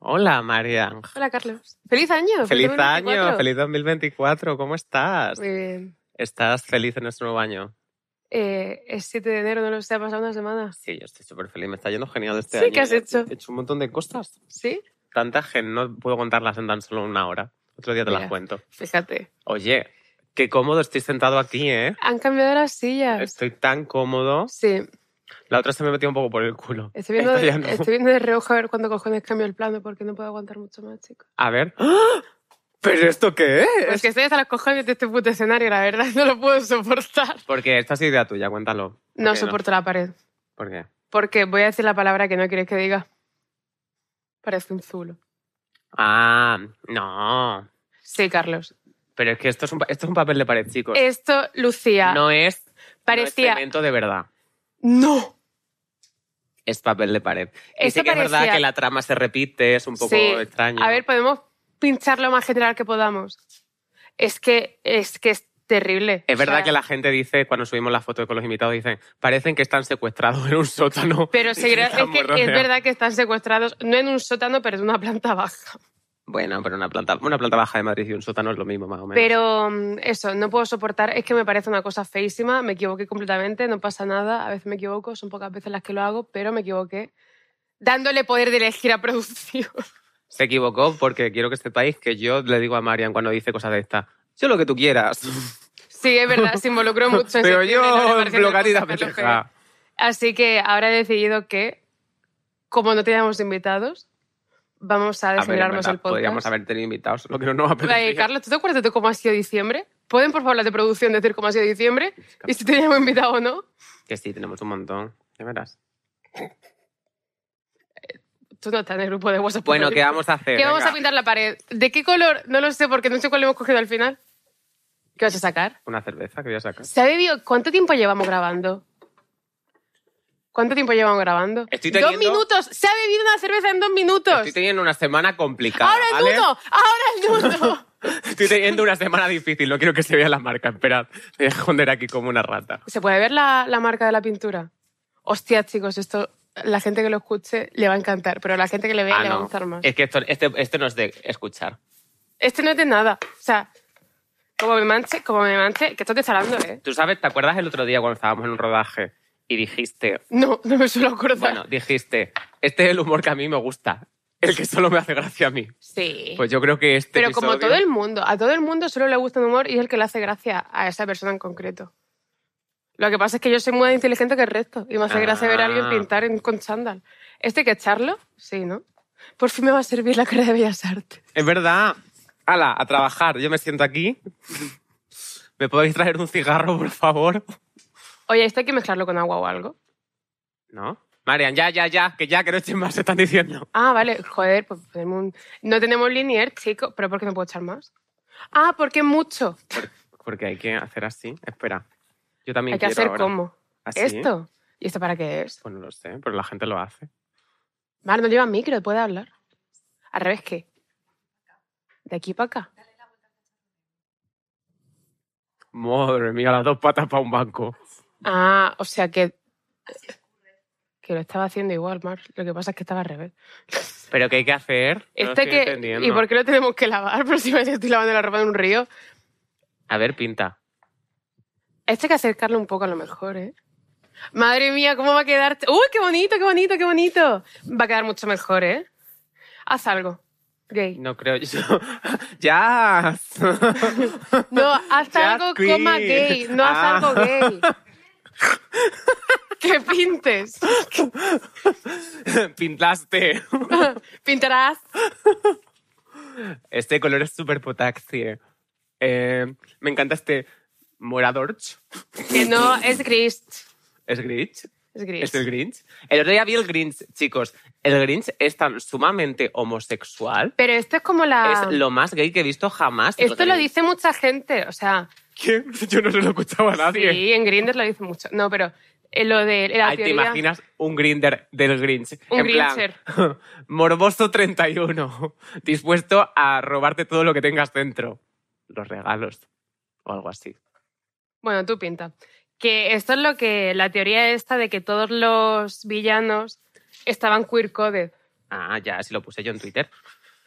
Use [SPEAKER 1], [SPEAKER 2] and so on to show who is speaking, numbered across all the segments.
[SPEAKER 1] Hola, María.
[SPEAKER 2] Hola, Carlos. ¡Feliz año!
[SPEAKER 1] Feliz año, feliz 2024. ¿Cómo estás?
[SPEAKER 2] Muy bien.
[SPEAKER 1] ¿Estás feliz en nuestro nuevo año?
[SPEAKER 2] Eh, es 7 de enero, no lo sé, ha pasado una semana.
[SPEAKER 1] Sí, yo estoy súper feliz. Me está yendo genial este
[SPEAKER 2] Sí,
[SPEAKER 1] año.
[SPEAKER 2] ¿qué has hecho?
[SPEAKER 1] He hecho un montón de cosas.
[SPEAKER 2] ¿Sí?
[SPEAKER 1] Tantas que no puedo contarlas en tan solo una hora. Otro día te las
[SPEAKER 2] Mira.
[SPEAKER 1] cuento.
[SPEAKER 2] Fíjate.
[SPEAKER 1] Oye, qué cómodo estoy sentado aquí, ¿eh?
[SPEAKER 2] Han cambiado las sillas.
[SPEAKER 1] Estoy tan cómodo.
[SPEAKER 2] Sí.
[SPEAKER 1] La otra se me metió un poco por el culo.
[SPEAKER 2] Estoy viendo,
[SPEAKER 1] Esta ya no.
[SPEAKER 2] estoy viendo de reojo a ver cuándo cojones cambio el plano porque no puedo aguantar mucho más, chicos.
[SPEAKER 1] A ver. ¡Ah! ¿Pero esto qué es?
[SPEAKER 2] Pues que estoy hasta los cojones de este puto escenario, la verdad. No lo puedo soportar.
[SPEAKER 1] Porque esta es idea tuya, cuéntalo.
[SPEAKER 2] No
[SPEAKER 1] Ok,
[SPEAKER 2] soporto la pared.
[SPEAKER 1] ¿Por qué?
[SPEAKER 2] Porque voy a decir la palabra que no quieres que diga. Parece un zulo.
[SPEAKER 1] Ah, no.
[SPEAKER 2] Sí, Carlos.
[SPEAKER 1] Pero es que esto es un, pa- esto es un papel de pared, chicos.
[SPEAKER 2] Esto, Lucía,
[SPEAKER 1] Pues No es, no es
[SPEAKER 2] parecía...
[SPEAKER 1] cemento de verdad.
[SPEAKER 2] ¡No!
[SPEAKER 1] Es papel de pared. Y
[SPEAKER 2] Esto
[SPEAKER 1] sí que es verdad
[SPEAKER 2] parecía-
[SPEAKER 1] que la trama se repite, es un poco
[SPEAKER 2] Sí.
[SPEAKER 1] extraño.
[SPEAKER 2] A ver, podemos pinchar lo más general que podamos. Es que es, que es terrible.
[SPEAKER 1] es
[SPEAKER 2] O sea,
[SPEAKER 1] verdad que la gente dice, cuando subimos la foto con los invitados, dicen, parecen que están secuestrados en un sótano.
[SPEAKER 2] Pero seguirá- es,
[SPEAKER 1] Están
[SPEAKER 2] que es
[SPEAKER 1] borroneados.
[SPEAKER 2] verdad que están secuestrados, no en un sótano, pero en una planta baja.
[SPEAKER 1] Bueno, pero una planta, una planta baja de Madrid y un sótano es lo mismo, más o menos.
[SPEAKER 2] Pero mm, eso, no puedo soportar. Es que me parece una cosa feísima. Me equivoqué completamente, no pasa nada. A veces me equivoco, son pocas veces las que lo hago, pero me equivoqué. Dándole poder de elegir a producción.
[SPEAKER 1] Se equivocó porque quiero que sepáis que yo le digo a Marian cuando dice cosas de estas, yo lo que tú quieras.
[SPEAKER 2] Sí, es verdad, se involucró mucho. en
[SPEAKER 1] pero
[SPEAKER 2] septiembre, no le
[SPEAKER 1] yo,
[SPEAKER 2] parecieron
[SPEAKER 1] blogarita
[SPEAKER 2] cosas que lo
[SPEAKER 1] pendeja.
[SPEAKER 2] Así que ahora he decidido que, como no teníamos invitados, vamos a
[SPEAKER 1] A ver, en
[SPEAKER 2] desvelarnos
[SPEAKER 1] verdad,
[SPEAKER 2] el podcast.
[SPEAKER 1] Podríamos haber tenido invitados, lo que no nos
[SPEAKER 2] Eh,
[SPEAKER 1] apetecía.
[SPEAKER 2] Carlos, ¿tú te acuerdas de cómo ha sido diciembre? ¿Pueden, por favor, las de producción decir cómo ha sido diciembre? ¿Y si teníamos invitado o no?
[SPEAKER 1] Que sí, tenemos un montón. De veras.
[SPEAKER 2] Tú no estás en el grupo de WhatsApp.
[SPEAKER 1] Bueno,
[SPEAKER 2] ¿no?
[SPEAKER 1] ¿qué vamos a hacer?
[SPEAKER 2] ¿Qué vamos
[SPEAKER 1] Venga.
[SPEAKER 2] a pintar la pared? ¿De qué color? No lo sé, porque no sé cuál hemos cogido al final. ¿Qué vas a sacar?
[SPEAKER 1] Una cerveza que voy a sacar.
[SPEAKER 2] ¿Se ha bebido? ¿Cuánto tiempo llevamos grabando? ¿Cuánto tiempo llevamos grabando?
[SPEAKER 1] Estoy
[SPEAKER 2] ¡Dos
[SPEAKER 1] teniendo-
[SPEAKER 2] minutos! ¡Se ha bebido una cerveza en dos minutos!
[SPEAKER 1] Estoy teniendo una semana complicada.
[SPEAKER 2] ¡Ahora
[SPEAKER 1] ¿vale?
[SPEAKER 2] el nudo! ¡Ahora el nudo!
[SPEAKER 1] Estoy teniendo una semana difícil, no quiero que se vea la marca. Esperad, me voy a esconder aquí como una rata.
[SPEAKER 2] ¿Se puede ver la, la marca de la pintura? Hostia, chicos, esto la gente que lo escuche le va a encantar, pero a la gente que le vea
[SPEAKER 1] Ah,
[SPEAKER 2] le va a
[SPEAKER 1] no.
[SPEAKER 2] gustar más.
[SPEAKER 1] Es que esto, este, este no es de escuchar.
[SPEAKER 2] Este no es de nada. O sea, como me manche, como me manche, que esto te está dando, ¿eh?
[SPEAKER 1] Tú sabes, ¿te acuerdas el otro día cuando estábamos en un rodaje y dijiste,
[SPEAKER 2] No, no me suelo acordar.
[SPEAKER 1] bueno, dijiste, este es el humor que a mí me gusta, el que solo me hace gracia a mí?
[SPEAKER 2] sí.
[SPEAKER 1] Pues yo creo que este.
[SPEAKER 2] pero como
[SPEAKER 1] episodio-
[SPEAKER 2] todo el mundo, a todo el mundo solo le gusta el humor y es el que le hace gracia a esa persona en concreto. Lo que pasa es que yo soy muy más inteligente que el resto y me hace gracia ver a alguien
[SPEAKER 1] Ah.
[SPEAKER 2] pintar en- con chándal. ¿Este hay que echarlo? Sí, ¿no? Por fin me va a servir la cara de Bellas Artes.
[SPEAKER 1] Es verdad. Hala, a trabajar. Yo me siento aquí. ¿Me podéis traer un cigarro, por favor?
[SPEAKER 2] Oye, ¿esto hay que mezclarlo con agua o algo?
[SPEAKER 1] ¿No? Marian, ya, ya, ya, que ya, que no echen más, se están diciendo.
[SPEAKER 2] Ah, vale, joder, pues ponemos un... No tenemos linear, chico, pero ¿por qué no puedo echar más? Ah, porque es mucho.
[SPEAKER 1] Porque hay que hacer así. Espera. Yo también
[SPEAKER 2] Hay que
[SPEAKER 1] quiero
[SPEAKER 2] hacer
[SPEAKER 1] ahora. ¿Ah,
[SPEAKER 2] como
[SPEAKER 1] ¿Así?
[SPEAKER 2] esto. ¿Y esto para qué es?
[SPEAKER 1] Pues no lo sé, pero la gente lo hace.
[SPEAKER 2] Vale, no lleva micro, puede hablar. ¿Al revés qué? ¿De aquí para acá?
[SPEAKER 1] Madre mía, las dos patas para un banco.
[SPEAKER 2] Ah, o sea que... Que lo estaba haciendo igual, Mar. Lo que pasa es que estaba al revés.
[SPEAKER 1] ¿Pero qué hay que hacer? No lo
[SPEAKER 2] Este
[SPEAKER 1] estoy
[SPEAKER 2] que...
[SPEAKER 1] entendiendo.
[SPEAKER 2] ¿Y por qué lo tenemos que lavar? Pero si me estoy lavando la ropa en un río.
[SPEAKER 1] A ver, pinta.
[SPEAKER 2] Este hay que acercarlo un poco a lo mejor, ¿eh? Madre mía, ¿cómo va a quedar? ¡Uy, qué bonito, qué bonito, qué bonito! Va a quedar mucho mejor, ¿eh? Haz algo, gay.
[SPEAKER 1] No creo yo. ¡Ya!
[SPEAKER 2] No, haz
[SPEAKER 1] Ya,
[SPEAKER 2] algo
[SPEAKER 1] queen.
[SPEAKER 2] coma gay, no haz
[SPEAKER 1] Ah.
[SPEAKER 2] algo gay. Que pintes.
[SPEAKER 1] Pintaste.
[SPEAKER 2] Pintarás.
[SPEAKER 1] Este color es súper potaxi. Eh, me encanta este moradorch.
[SPEAKER 2] Que no, es gris.
[SPEAKER 1] ¿Es Grinch? Este
[SPEAKER 2] Es
[SPEAKER 1] ¿Es
[SPEAKER 2] gris.
[SPEAKER 1] el Grinch? El otro día vi el Grinch, chicos. El Grinch es tan sumamente homosexual.
[SPEAKER 2] Pero esto es como la...
[SPEAKER 1] Es lo más gay que he visto jamás.
[SPEAKER 2] Ah. Esto lo
[SPEAKER 1] Grinch.
[SPEAKER 2] dice mucha gente, o sea...
[SPEAKER 1] ¿Quién? Yo no se lo he escuchado a nadie.
[SPEAKER 2] Sí, en Grindr lo dice mucho. No, pero eh, lo de la
[SPEAKER 1] Ay, ¿te
[SPEAKER 2] teoría-
[SPEAKER 1] imaginas un grinder del Grinch?
[SPEAKER 2] Un
[SPEAKER 1] en plan, morboso 31, dispuesto a robarte todo lo que tengas dentro. Los regalos o algo así.
[SPEAKER 2] Bueno, tú pinta. Que esto es lo que. La teoría esta de que todos los villanos estaban queer coded.
[SPEAKER 1] Ah, ya, sí lo puse yo en Twitter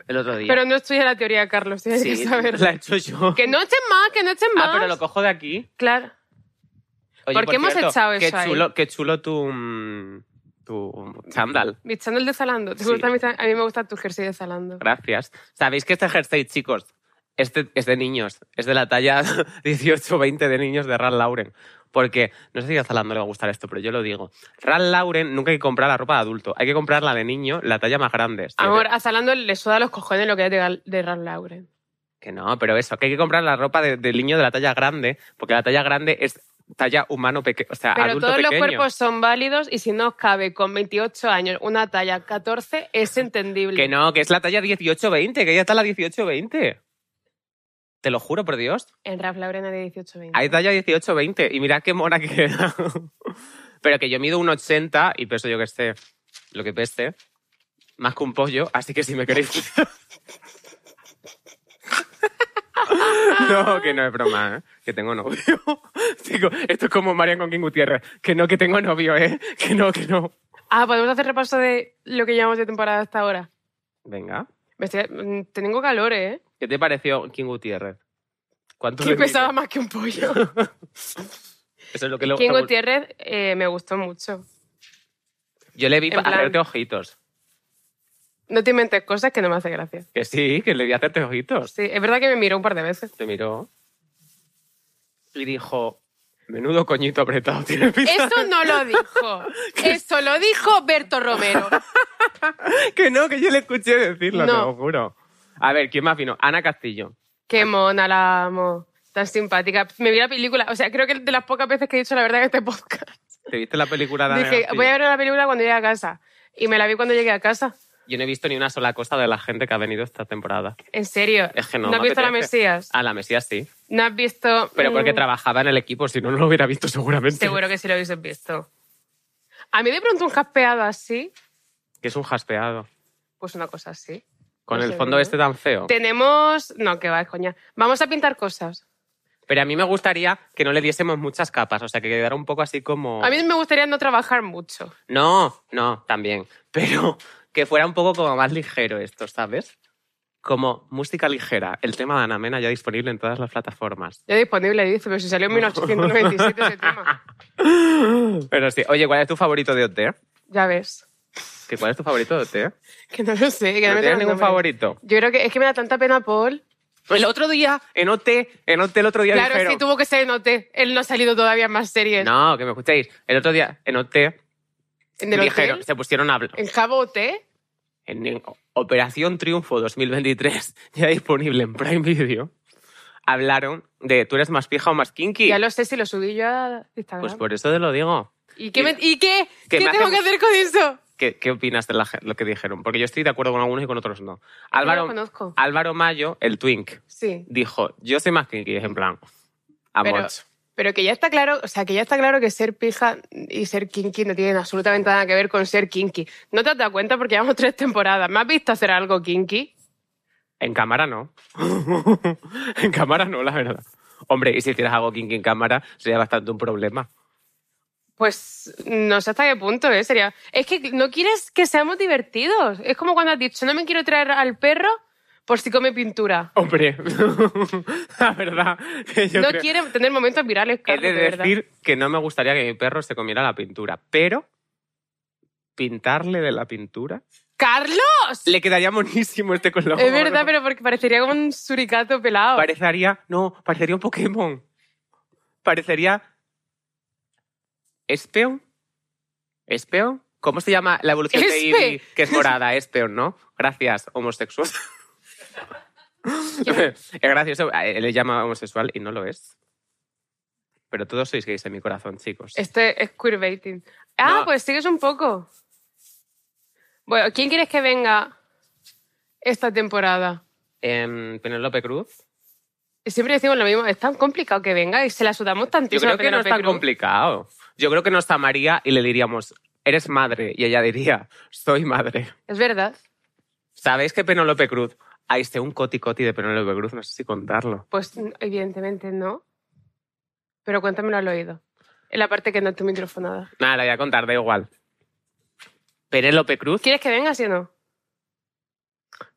[SPEAKER 1] el otro día.
[SPEAKER 2] Pero no estudia la teoría, Carlos, tienes
[SPEAKER 1] sí,
[SPEAKER 2] que saber.
[SPEAKER 1] la he hecho yo.
[SPEAKER 2] Que no echen más, que no echen más.
[SPEAKER 1] Ah, pero lo cojo de aquí.
[SPEAKER 2] Claro.
[SPEAKER 1] Oye,
[SPEAKER 2] ¿Por qué hemos
[SPEAKER 1] cierto,
[SPEAKER 2] echado
[SPEAKER 1] qué
[SPEAKER 2] eso ahí?
[SPEAKER 1] chulo, Qué chulo tu, mm, tu chándal.
[SPEAKER 2] Mi chándal de Zalando. ¿Te
[SPEAKER 1] Sí.
[SPEAKER 2] gusta mi chá- A mí me gusta tu jersey de Zalando.
[SPEAKER 1] Gracias. ¿Sabéis que este jersey, chicos, este es de niños? Es de la talla 18-20 de niños de Ralph Lauren. Porque, no sé si a Zalando le va a gustar esto, pero yo lo digo. Ralph Lauren nunca hay que comprar la ropa de adulto. Hay que comprar la de niño, la talla más grande. ¿sí?
[SPEAKER 2] Amor, a Zalando le suda los cojones lo que es de, Gal- de Ralph Lauren.
[SPEAKER 1] Que no, pero eso, que hay que comprar la ropa de- del niño de la talla grande, porque la talla grande es talla humano pequeño, o sea,
[SPEAKER 2] Pero
[SPEAKER 1] adulto
[SPEAKER 2] todos los
[SPEAKER 1] pequeño.
[SPEAKER 2] cuerpos son válidos y si no os cabe con 28 años una talla 14, es entendible.
[SPEAKER 1] Que no, que es la talla 18-20, que ya está la 18-20. Te lo juro, por Dios.
[SPEAKER 2] En Ralph Lauren hay de 18-20.
[SPEAKER 1] Hay talla 18-20 y mirad qué mona que era. Pero que yo mido un 80 y peso yo que sé lo que peste, más que un pollo, así que si me queréis... no, que no es broma, ¿eh? que tengo novio. Digo, esto es como Marian con King Gutiérrez, que no, que tengo novio, ¿eh? que no, que no.
[SPEAKER 2] Ah, podemos hacer repaso de lo que llevamos de temporada hasta ahora.
[SPEAKER 1] Venga,
[SPEAKER 2] Me estoy- mm, Tengo calor, ¿eh?
[SPEAKER 1] ¿qué te pareció King Gutiérrez? ¿Cuánto
[SPEAKER 2] Que
[SPEAKER 1] le mides?
[SPEAKER 2] pesaba más que un pollo.
[SPEAKER 1] Eso es lo que le
[SPEAKER 2] King
[SPEAKER 1] gusta-
[SPEAKER 2] Gutiérrez eh, me gustó mucho.
[SPEAKER 1] Yo le vi
[SPEAKER 2] en
[SPEAKER 1] pa-
[SPEAKER 2] plan-
[SPEAKER 1] hacerte ojitos.
[SPEAKER 2] No te inventes cosas que no me hace gracia.
[SPEAKER 1] Que sí, que le vi hacerte ojitos.
[SPEAKER 2] Sí, es verdad que me miró un par de veces.
[SPEAKER 1] te miró y dijo, menudo coñito apretado tiene pinta".
[SPEAKER 2] Eso no lo dijo. Eso lo dijo Berto Romero.
[SPEAKER 1] Que no, que yo le escuché decirlo, te
[SPEAKER 2] No.
[SPEAKER 1] lo juro. A ver, ¿quién más vino? Ana Castillo.
[SPEAKER 2] Qué mona la amo. Tan simpática. Me vi la película. O sea, creo que de las pocas veces que he dicho la verdad en este podcast.
[SPEAKER 1] ¿Te viste la película de Ana
[SPEAKER 2] Dije,
[SPEAKER 1] Castillo?
[SPEAKER 2] voy a ver la película cuando llegue a casa. Y me la vi cuando llegué a casa.
[SPEAKER 1] Yo no he visto ni una sola cosa de la gente que ha venido esta temporada.
[SPEAKER 2] En serio.
[SPEAKER 1] Es que no
[SPEAKER 2] has
[SPEAKER 1] me
[SPEAKER 2] visto la
[SPEAKER 1] apetece.
[SPEAKER 2] Mesías?
[SPEAKER 1] A la Mesías sí,
[SPEAKER 2] ¿No has visto...?
[SPEAKER 1] pero porque
[SPEAKER 2] mm,
[SPEAKER 1] trabajaba en el equipo, si no, no lo hubiera visto seguramente.
[SPEAKER 2] Seguro que sí lo habéis visto. A mí de pronto un caspeado así,
[SPEAKER 1] Que es un jaspeado.
[SPEAKER 2] pues una cosa así.
[SPEAKER 1] Con
[SPEAKER 2] No
[SPEAKER 1] el
[SPEAKER 2] sé,
[SPEAKER 1] fondo
[SPEAKER 2] ¿no?
[SPEAKER 1] este tan feo.
[SPEAKER 2] Tenemos... No, que va, es coña. Vamos a pintar cosas.
[SPEAKER 1] Pero a mí me gustaría que no le diésemos muchas capas, o sea, que quedara un poco así como...
[SPEAKER 2] A mí me gustaría no trabajar mucho.
[SPEAKER 1] No, no, también. Pero que fuera un poco como más ligero esto, ¿sabes? Como música ligera. El tema de Ana Mena ya disponible en todas las plataformas.
[SPEAKER 2] Ya disponible, dice, pero si salió en 1897 ese tema.
[SPEAKER 1] Pero sí. Oye, ¿cuál es tu favorito de OT?
[SPEAKER 2] Ya ves.
[SPEAKER 1] ¿Que ¿Cuál es tu favorito de OT?
[SPEAKER 2] Que no lo sé. Que
[SPEAKER 1] ¿No
[SPEAKER 2] no me
[SPEAKER 1] tienes
[SPEAKER 2] tengo
[SPEAKER 1] ningún
[SPEAKER 2] nombre.
[SPEAKER 1] favorito?
[SPEAKER 2] Yo creo que es que me da tanta pena Paul.
[SPEAKER 1] El otro día, en OT, en OT el otro día
[SPEAKER 2] Claro,
[SPEAKER 1] dijeron...
[SPEAKER 2] sí tuvo que ser en OT. Él no ha salido todavía en más series.
[SPEAKER 1] No, que me escuchéis. El otro día, en OT,
[SPEAKER 2] en el
[SPEAKER 1] dijeron,
[SPEAKER 2] hotel,
[SPEAKER 1] se pusieron a hablar.
[SPEAKER 2] en Cabo OT.
[SPEAKER 1] En, en Operación Triunfo 2023, ya disponible en Prime Video, hablaron de ¿tú eres más pija o más kinky?
[SPEAKER 2] Ya lo sé si lo subí yo a Instagram.
[SPEAKER 1] Pues por eso te lo digo.
[SPEAKER 2] ¿Y qué? me- ¿Y qué?
[SPEAKER 1] Que
[SPEAKER 2] ¿Qué
[SPEAKER 1] me
[SPEAKER 2] tengo
[SPEAKER 1] hace-
[SPEAKER 2] que hacer con eso?
[SPEAKER 1] ¿Qué, qué opinas de la gen- lo que dijeron? Porque yo estoy de acuerdo con algunos y con otros no.
[SPEAKER 2] No lo
[SPEAKER 1] Álvaro,
[SPEAKER 2] conozco.
[SPEAKER 1] Álvaro Mayo, el Twink,
[SPEAKER 2] Sí.
[SPEAKER 1] dijo, yo soy más kinky, en plan, a
[SPEAKER 2] Pero-
[SPEAKER 1] mocho.
[SPEAKER 2] Pero que ya está claro, o sea, que ya está claro que ser pija y ser kinky no tienen absolutamente nada que ver con ser kinky. No te has dado cuenta porque llevamos tres temporadas. ¿Me has visto hacer algo kinky?
[SPEAKER 1] En cámara no. en cámara no, la verdad. Hombre, y si hicieras algo kinky en cámara, sería bastante un problema.
[SPEAKER 2] Pues no sé hasta qué punto, ¿eh? Sería. Es que no quieres que seamos divertidos. Es como cuando has dicho, no me quiero traer al perro por si come pintura.
[SPEAKER 1] Hombre, la verdad. que yo
[SPEAKER 2] no
[SPEAKER 1] creo-
[SPEAKER 2] quiere tener momentos virales,
[SPEAKER 1] He
[SPEAKER 2] Carlos,
[SPEAKER 1] de
[SPEAKER 2] de, verdad.
[SPEAKER 1] decir que no me gustaría que mi perro se comiera la pintura, pero pintarle de la pintura
[SPEAKER 2] ¡Carlos!
[SPEAKER 1] le quedaría monísimo este color.
[SPEAKER 2] Es verdad, pero porque parecería como un suricato pelado.
[SPEAKER 1] Parecería, no, parecería un Pokémon. Parecería. ¿Espeon? ¿Espeon? ¿Cómo se llama la evolución de
[SPEAKER 2] Espe.
[SPEAKER 1] Eevee? Que es morada, Espeon, ¿no? Gracias, homosexual. es gracioso, a él le llama homosexual y no lo es. Pero todos sois gays en mi corazón, chicos.
[SPEAKER 2] Este es queerbaiting. Ah,
[SPEAKER 1] No.
[SPEAKER 2] pues sigues un poco. Bueno, ¿quién quieres que venga esta temporada?
[SPEAKER 1] Em, Penélope Cruz.
[SPEAKER 2] Siempre decimos lo mismo, es tan complicado que venga y se la sudamos
[SPEAKER 1] Yo
[SPEAKER 2] tantísimo.
[SPEAKER 1] creo que no es
[SPEAKER 2] Penélope
[SPEAKER 1] tan
[SPEAKER 2] Cruz.
[SPEAKER 1] complicado. Yo creo que nos amaría y le diríamos, eres madre. Y ella diría, soy madre.
[SPEAKER 2] Es verdad.
[SPEAKER 1] ¿Sabéis que Penélope Cruz? Ahí está un coti coti de Penélope Cruz, no sé si contarlo.
[SPEAKER 2] Pues n- evidentemente no. Pero cuéntamelo al oído. En la parte que no es tu microfonada.
[SPEAKER 1] Nada, la voy a contar, da igual. Penélope Cruz,
[SPEAKER 2] ¿Quieres que venga, sí o no?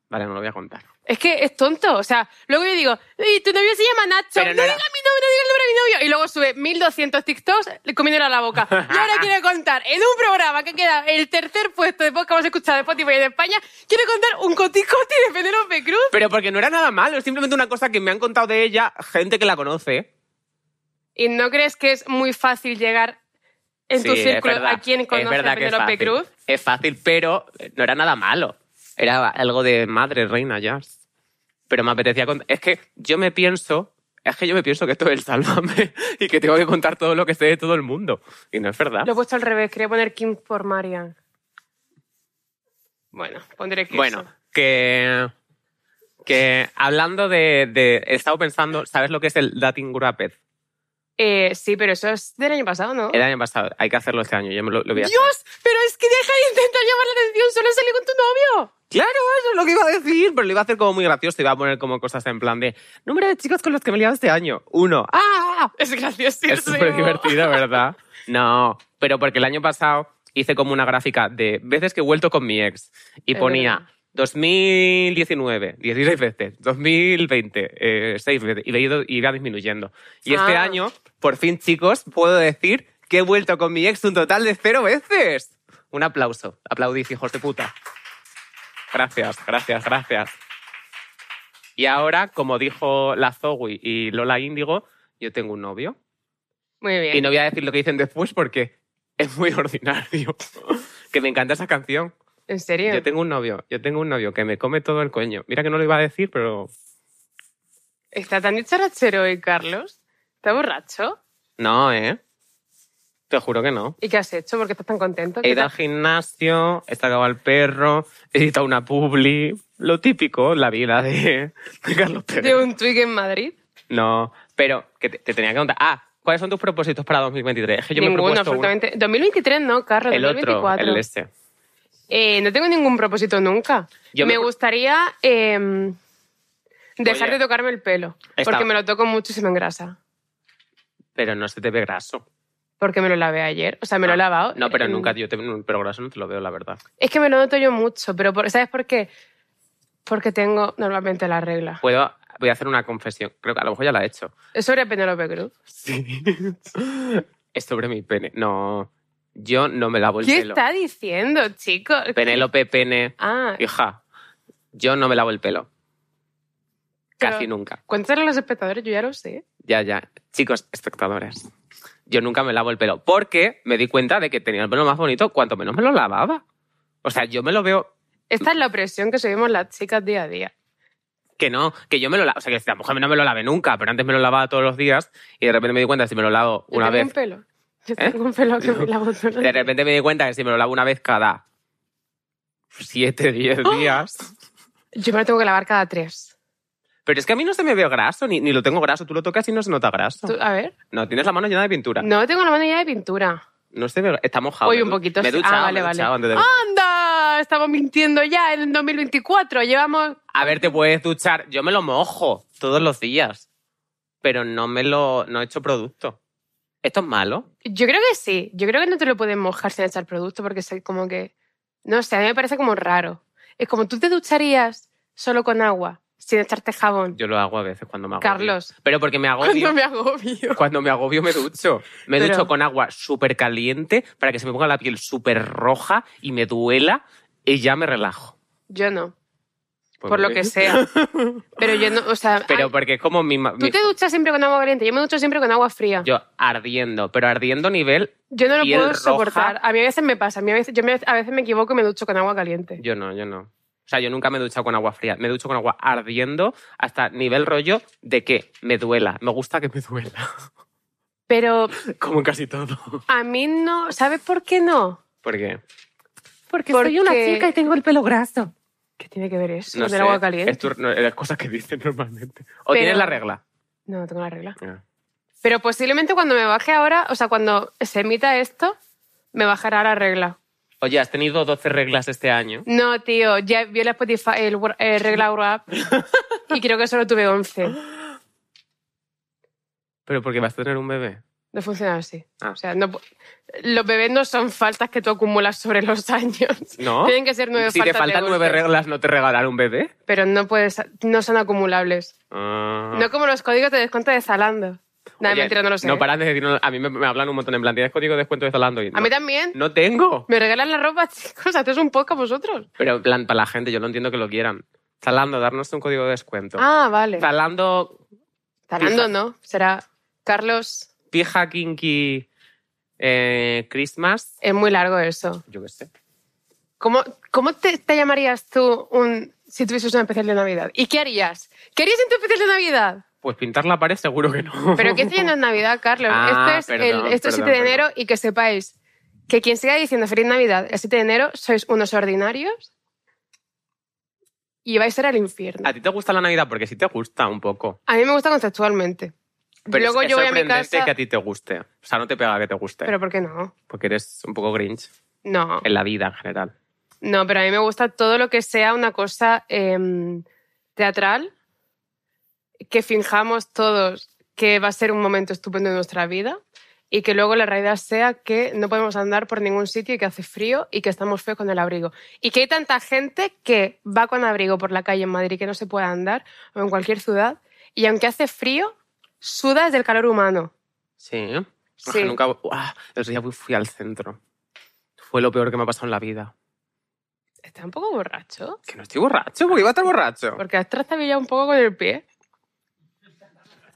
[SPEAKER 1] Vale, no lo voy a contar.
[SPEAKER 2] Es que es tonto. O sea, luego yo digo, "Ey, tu novio se llama Nacho.
[SPEAKER 1] Pero no
[SPEAKER 2] no
[SPEAKER 1] era-
[SPEAKER 2] digas mi novio, no digas el nombre de mi novio. Y luego sube 1200 TikToks eh, comiéndole a la boca. Y ahora quiere contar en un programa que queda el tercer puesto de podcast más escuchado de Spotify en España, quiere contar un coticoti de Penélope Cruz.
[SPEAKER 1] Pero porque no era nada malo, es simplemente una cosa que me han contado de ella gente que la conoce.
[SPEAKER 2] ¿Y no crees que es muy fácil llegar en tu
[SPEAKER 1] Sí, es
[SPEAKER 2] círculo
[SPEAKER 1] verdad.
[SPEAKER 2] a quien
[SPEAKER 1] Es
[SPEAKER 2] conoce
[SPEAKER 1] verdad
[SPEAKER 2] a
[SPEAKER 1] que es
[SPEAKER 2] Penélope
[SPEAKER 1] fácil.
[SPEAKER 2] Cruz?
[SPEAKER 1] Es fácil, pero eh, no era nada malo. Era algo de madre, reina, ya. Pero me apetecía contar. Es que yo me pienso. Es que yo me pienso que esto es el sálvame y que tengo que contar todo lo que sé de todo el mundo. Y no es verdad.
[SPEAKER 2] Lo he puesto al revés, quería poner Kim por Marian. Bueno, pondré que
[SPEAKER 1] Bueno, que. Que hablando de, de- He estado pensando, ¿sabes lo que es el Dating Gurapet?
[SPEAKER 2] Eh, sí, pero eso es del año pasado, ¿no?
[SPEAKER 1] El año pasado. Hay que hacerlo este año. Yo me lo, lo voy a hacer.
[SPEAKER 2] Dios, pero es que deja de intentar llamar la atención, solo salí con tu novio.
[SPEAKER 1] Claro, eso es lo que iba a decir, pero lo iba a hacer como muy gracioso. Iba a poner como cosas en plan de número de chicos con los que me he liado este año. Uno. ¡Ah!
[SPEAKER 2] Ah, es gracioso.
[SPEAKER 1] Es súper divertido, ¿verdad? No, pero porque el año pasado hice como una gráfica de veces que he vuelto con mi ex y
[SPEAKER 2] Es
[SPEAKER 1] ponía
[SPEAKER 2] verdad.
[SPEAKER 1] 2019, 16 veces, 2020, 6 eh, veces, y, le he ido- y iba disminuyendo. Y este
[SPEAKER 2] Ah.
[SPEAKER 1] año, por fin, chicos, puedo decir que he vuelto con mi ex un total de cero veces. Un aplauso. Aplaudís, hijos de puta. Gracias, gracias, gracias. Y ahora, como dijo la Zoe y Lola Índigo, yo tengo un novio.
[SPEAKER 2] Muy bien.
[SPEAKER 1] Y no voy a decir lo que dicen después porque es muy ordinario. que me encanta esa canción.
[SPEAKER 2] ¿En serio?
[SPEAKER 1] Yo tengo un novio, yo tengo un novio que me come todo el coño. Mira que no lo iba a decir, pero...
[SPEAKER 2] ¿Está tan dicharachero hoy, Carlos? ¿Está borracho?
[SPEAKER 1] No, ¿eh? Te juro que no.
[SPEAKER 2] ¿Y qué has hecho? ¿Por qué estás tan contento?
[SPEAKER 1] He
[SPEAKER 2] ¿Qué
[SPEAKER 1] ido al
[SPEAKER 2] tal?
[SPEAKER 1] gimnasio, he sacado al perro, he editado una publi. Lo típico, la vida de, de Carlos Pérez.
[SPEAKER 2] ¿De un twig en Madrid?
[SPEAKER 1] No, pero que te, te tenía que contar. Ah, ¿cuáles son tus propósitos para 2023? Es que yo me he
[SPEAKER 2] Ninguno,
[SPEAKER 1] propuesto uno.
[SPEAKER 2] absolutamente. 2023 no, Carlos,
[SPEAKER 1] el otro,
[SPEAKER 2] 2024.
[SPEAKER 1] el este.
[SPEAKER 2] Eh, no tengo ningún propósito nunca.
[SPEAKER 1] Yo
[SPEAKER 2] me,
[SPEAKER 1] me-
[SPEAKER 2] gustaría eh, dejar
[SPEAKER 1] Oye.
[SPEAKER 2] de tocarme el pelo,
[SPEAKER 1] Está-
[SPEAKER 2] porque me lo toco mucho y se me engrasa.
[SPEAKER 1] Pero no se te ve graso.
[SPEAKER 2] Porque me lo lavé ayer, o sea, me lo he
[SPEAKER 1] Ah,
[SPEAKER 2] lavado.
[SPEAKER 1] No, pero
[SPEAKER 2] en-
[SPEAKER 1] nunca, yo te, pero graso no te lo veo, la verdad.
[SPEAKER 2] Es que me lo noto yo mucho, pero por- ¿sabes por qué? Porque tengo normalmente la regla.
[SPEAKER 1] Puedo, voy a hacer una confesión. Creo que a lo mejor ya la he hecho.
[SPEAKER 2] Es sobre Penélope Cruz.
[SPEAKER 1] Sí. es sobre mi pene. No, yo no me lavo el
[SPEAKER 2] ¿Qué
[SPEAKER 1] pelo.
[SPEAKER 2] está diciendo, chicos?
[SPEAKER 1] Penélope, pene,
[SPEAKER 2] Ah,
[SPEAKER 1] hija. Yo no me lavo el pelo.
[SPEAKER 2] Pero-
[SPEAKER 1] Casi nunca.
[SPEAKER 2] cuéntale a los espectadores, yo ya lo sé.
[SPEAKER 1] Ya, ya. Chicos, espectadores. Yo nunca me lavo el pelo porque me di cuenta de que tenía el pelo más bonito cuanto menos me lo lavaba. O sea, yo me lo veo
[SPEAKER 2] Esta es la presión que subimos las chicas día a día.
[SPEAKER 1] Que no, que yo me lo lavo. O sea, que la mujer no me lo lave nunca, pero antes me lo lavaba todos los días y de repente me di cuenta que si me lo lavo
[SPEAKER 2] Yo
[SPEAKER 1] una
[SPEAKER 2] tengo
[SPEAKER 1] vez.
[SPEAKER 2] un pelo. Yo
[SPEAKER 1] ¿Eh?
[SPEAKER 2] tengo un pelo que me lavo todo el
[SPEAKER 1] De
[SPEAKER 2] día.
[SPEAKER 1] repente me di cuenta que si me lo lavo una vez cada 7, 10
[SPEAKER 2] ¡Oh!
[SPEAKER 1] días.
[SPEAKER 2] Yo me lo tengo que lavar cada tres.
[SPEAKER 1] Pero es que a mí no se me ve graso, ni, ni lo tengo graso. Tú lo tocas y no se nota graso.
[SPEAKER 2] Tú- a ver.
[SPEAKER 1] No, tienes la mano llena de pintura. No,
[SPEAKER 2] No, tengo la mano ya de pintura.
[SPEAKER 1] se ve. Está mojado.
[SPEAKER 2] Hoy
[SPEAKER 1] Me
[SPEAKER 2] un
[SPEAKER 1] du-
[SPEAKER 2] poquito
[SPEAKER 1] Me he
[SPEAKER 2] sí. Ah,
[SPEAKER 1] duchado,
[SPEAKER 2] vale,
[SPEAKER 1] me he
[SPEAKER 2] vale. Ah.
[SPEAKER 1] duchado antes de-
[SPEAKER 2] ¡Anda! Estamos mintiendo ya en 2024. Llevamos...
[SPEAKER 1] A ver, te puedes duchar. Yo me lo mojo todos los días, pero no me lo. No he hecho producto. ¿Esto es malo?
[SPEAKER 2] Yo creo que sí. Yo creo que no te lo puedes mojar sin echar producto porque es como que... No sé, a mí me parece como raro. Es como tú te ducharías solo con agua, sin echarte jabón.
[SPEAKER 1] Yo lo hago a veces cuando me agobio.
[SPEAKER 2] Carlos.
[SPEAKER 1] Pero porque me agobio.
[SPEAKER 2] Cuando me agobio.
[SPEAKER 1] Cuando me agobio me ducho. Me
[SPEAKER 2] Pero-
[SPEAKER 1] ducho con agua súper caliente para que se me ponga la piel súper roja y me duela y ya me relajo.
[SPEAKER 2] Yo no,
[SPEAKER 1] Pues
[SPEAKER 2] por lo
[SPEAKER 1] muy
[SPEAKER 2] que
[SPEAKER 1] bien.
[SPEAKER 2] sea. Pero yo no, o sea...
[SPEAKER 1] Pero
[SPEAKER 2] ay,
[SPEAKER 1] porque es como mi... ma-
[SPEAKER 2] tú
[SPEAKER 1] mi-
[SPEAKER 2] te duchas siempre con agua caliente, yo me ducho siempre con agua fría. Yo,
[SPEAKER 1] Yo ardiendo, pero ardiendo nivel...
[SPEAKER 2] no lo
[SPEAKER 1] piel
[SPEAKER 2] puedo
[SPEAKER 1] roja.
[SPEAKER 2] soportar. A mí a veces me pasa, a mí a veces, yo me- a veces me equivoco y me ducho con agua caliente.
[SPEAKER 1] Yo no, yo no. O sea, yo nunca me he duchado con agua fría. Me ducho con agua ardiendo hasta nivel rollo de que me duela. Me gusta que me duela.
[SPEAKER 2] Pero
[SPEAKER 1] Como en casi todo.
[SPEAKER 2] a mí no, ¿sabes por qué no?
[SPEAKER 1] Porque...
[SPEAKER 2] Porque, soy una chica y tengo el pelo graso. ¿Qué tiene que ver eso
[SPEAKER 1] No
[SPEAKER 2] con
[SPEAKER 1] sé,
[SPEAKER 2] el agua caliente?
[SPEAKER 1] es tu- no, es las cosas que dicen normalmente. O
[SPEAKER 2] Pero-
[SPEAKER 1] tienes la regla.
[SPEAKER 2] No, no tengo la regla.
[SPEAKER 1] Ah.
[SPEAKER 2] Pero posiblemente cuando me baje ahora, o sea, cuando se emita esto, me bajará la regla.
[SPEAKER 1] Oye, has tenido 12 reglas este año.
[SPEAKER 2] No, tío, ya vi la Spotify, el, wor- eh, regla WhatsApp y creo que solo tuve 11.
[SPEAKER 1] Pero porque vas a tener un bebé.
[SPEAKER 2] No funciona así.
[SPEAKER 1] Ah.
[SPEAKER 2] O sea, no pu- los bebés no son faltas que tú acumulas sobre los años.
[SPEAKER 1] ¿No?
[SPEAKER 2] Tienen que ser nueve
[SPEAKER 1] si
[SPEAKER 2] faltas.
[SPEAKER 1] te
[SPEAKER 2] de
[SPEAKER 1] faltan nueve
[SPEAKER 2] golpe.
[SPEAKER 1] reglas, ¿no te regalarán un bebé?
[SPEAKER 2] Pero no, puedes, no son acumulables.
[SPEAKER 1] Ah.
[SPEAKER 2] No como los códigos de descuento de Zalando. Nada,
[SPEAKER 1] Oye,
[SPEAKER 2] mentira, no lo sé. ¿eh?
[SPEAKER 1] No paran de decirnos- A mí me, me hablan un montón en plan, ¿tienes código de descuento de Zalando? Y
[SPEAKER 2] A
[SPEAKER 1] no,
[SPEAKER 2] mí también.
[SPEAKER 1] no tengo.
[SPEAKER 2] Me regalan la ropa, chicos. Haces un poco vosotros.
[SPEAKER 1] Pero en plan, para la gente, yo no entiendo que lo quieran. Zalando, darnos un código de descuento.
[SPEAKER 2] Ah, vale.
[SPEAKER 1] Zalando,
[SPEAKER 2] Zalando
[SPEAKER 1] pija.
[SPEAKER 2] no. Será Carlos.
[SPEAKER 1] pija, kinky, eh, Christmas.
[SPEAKER 2] Es muy largo eso.
[SPEAKER 1] Yo qué sé.
[SPEAKER 2] ¿Cómo, cómo te, te llamarías tú un, si tuvieses un especial de Navidad? ¿Y qué harías? ¿Qué harías en tu especial de Navidad?
[SPEAKER 1] Pues pintar la pared seguro que no.
[SPEAKER 2] Pero que esto ya no es Navidad, Carlos.
[SPEAKER 1] Ah,
[SPEAKER 2] esto es,
[SPEAKER 1] perdón,
[SPEAKER 2] el, esto
[SPEAKER 1] perdón,
[SPEAKER 2] es 7 de
[SPEAKER 1] perdón.
[SPEAKER 2] enero y que sepáis que quien siga diciendo Feliz Navidad el 7 de enero sois unos ordinarios y vais a ir al infierno.
[SPEAKER 1] ¿A ti te gusta la Navidad? Porque sí te gusta un poco.
[SPEAKER 2] A mí me gusta conceptualmente.
[SPEAKER 1] Pero
[SPEAKER 2] Luego
[SPEAKER 1] es, es
[SPEAKER 2] yo voy a mi
[SPEAKER 1] sorprendente
[SPEAKER 2] casa.
[SPEAKER 1] que a ti te guste. O sea, no te pega que te guste.
[SPEAKER 2] Pero ¿por qué no?
[SPEAKER 1] Porque eres un poco grinch
[SPEAKER 2] No,
[SPEAKER 1] en la vida en general.
[SPEAKER 2] no, pero a mí me gusta todo lo que sea una cosa em, teatral, que finjamos todos que va a ser un momento estupendo de nuestra vida y que luego la realidad sea que no podemos andar por ningún sitio y que hace frío y que estamos feos con el abrigo. Y que hay tanta gente que va con abrigo por la calle en Madrid que no se puede andar o en cualquier ciudad y aunque hace frío, suda desde el calor humano.
[SPEAKER 1] Sí.
[SPEAKER 2] Sí.
[SPEAKER 1] Ajá, nunca... Uah, el otro día fui- fui al centro. Fue lo peor que me ha pasado en la vida.
[SPEAKER 2] Está un poco borracho.
[SPEAKER 1] Que no estoy borracho, porque iba a estar borracho.
[SPEAKER 2] Porque has trastabillado un poco con el pie.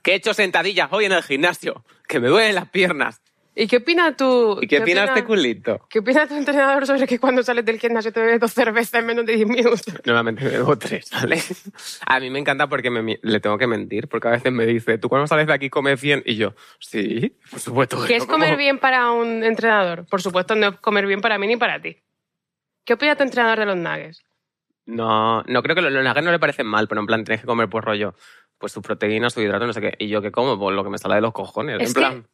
[SPEAKER 1] Que he hecho sentadillas hoy en el gimnasio. Que me duelen las piernas.
[SPEAKER 2] ¿Y qué opina tú?
[SPEAKER 1] ¿Y qué opinas de culito?
[SPEAKER 2] ¿Qué opina tu entrenador sobre que cuando sales del gimnasio te bebes dos cervezas en menos de 10 minutos?
[SPEAKER 1] Normalmente me debo tres, ¿vale? A mí me encanta porque me mi- le tengo que mentir, porque a veces me dice, ¿tú cuando sales de aquí comes bien? Y yo, sí, por supuesto. que
[SPEAKER 2] ¿Qué
[SPEAKER 1] no
[SPEAKER 2] es comer
[SPEAKER 1] como".
[SPEAKER 2] bien para un entrenador? Por supuesto, no es comer bien para mí ni para ti. ¿Qué opina tu entrenador de los nuggets?
[SPEAKER 1] No, no creo que los nagas no le parecen mal, pero en plan tienes que comer por rollo, pues su proteína, su hidrato, no sé qué. Y yo, ¿qué como? Pues lo que me sale de los cojones.
[SPEAKER 2] Es
[SPEAKER 1] en
[SPEAKER 2] que-
[SPEAKER 1] plan,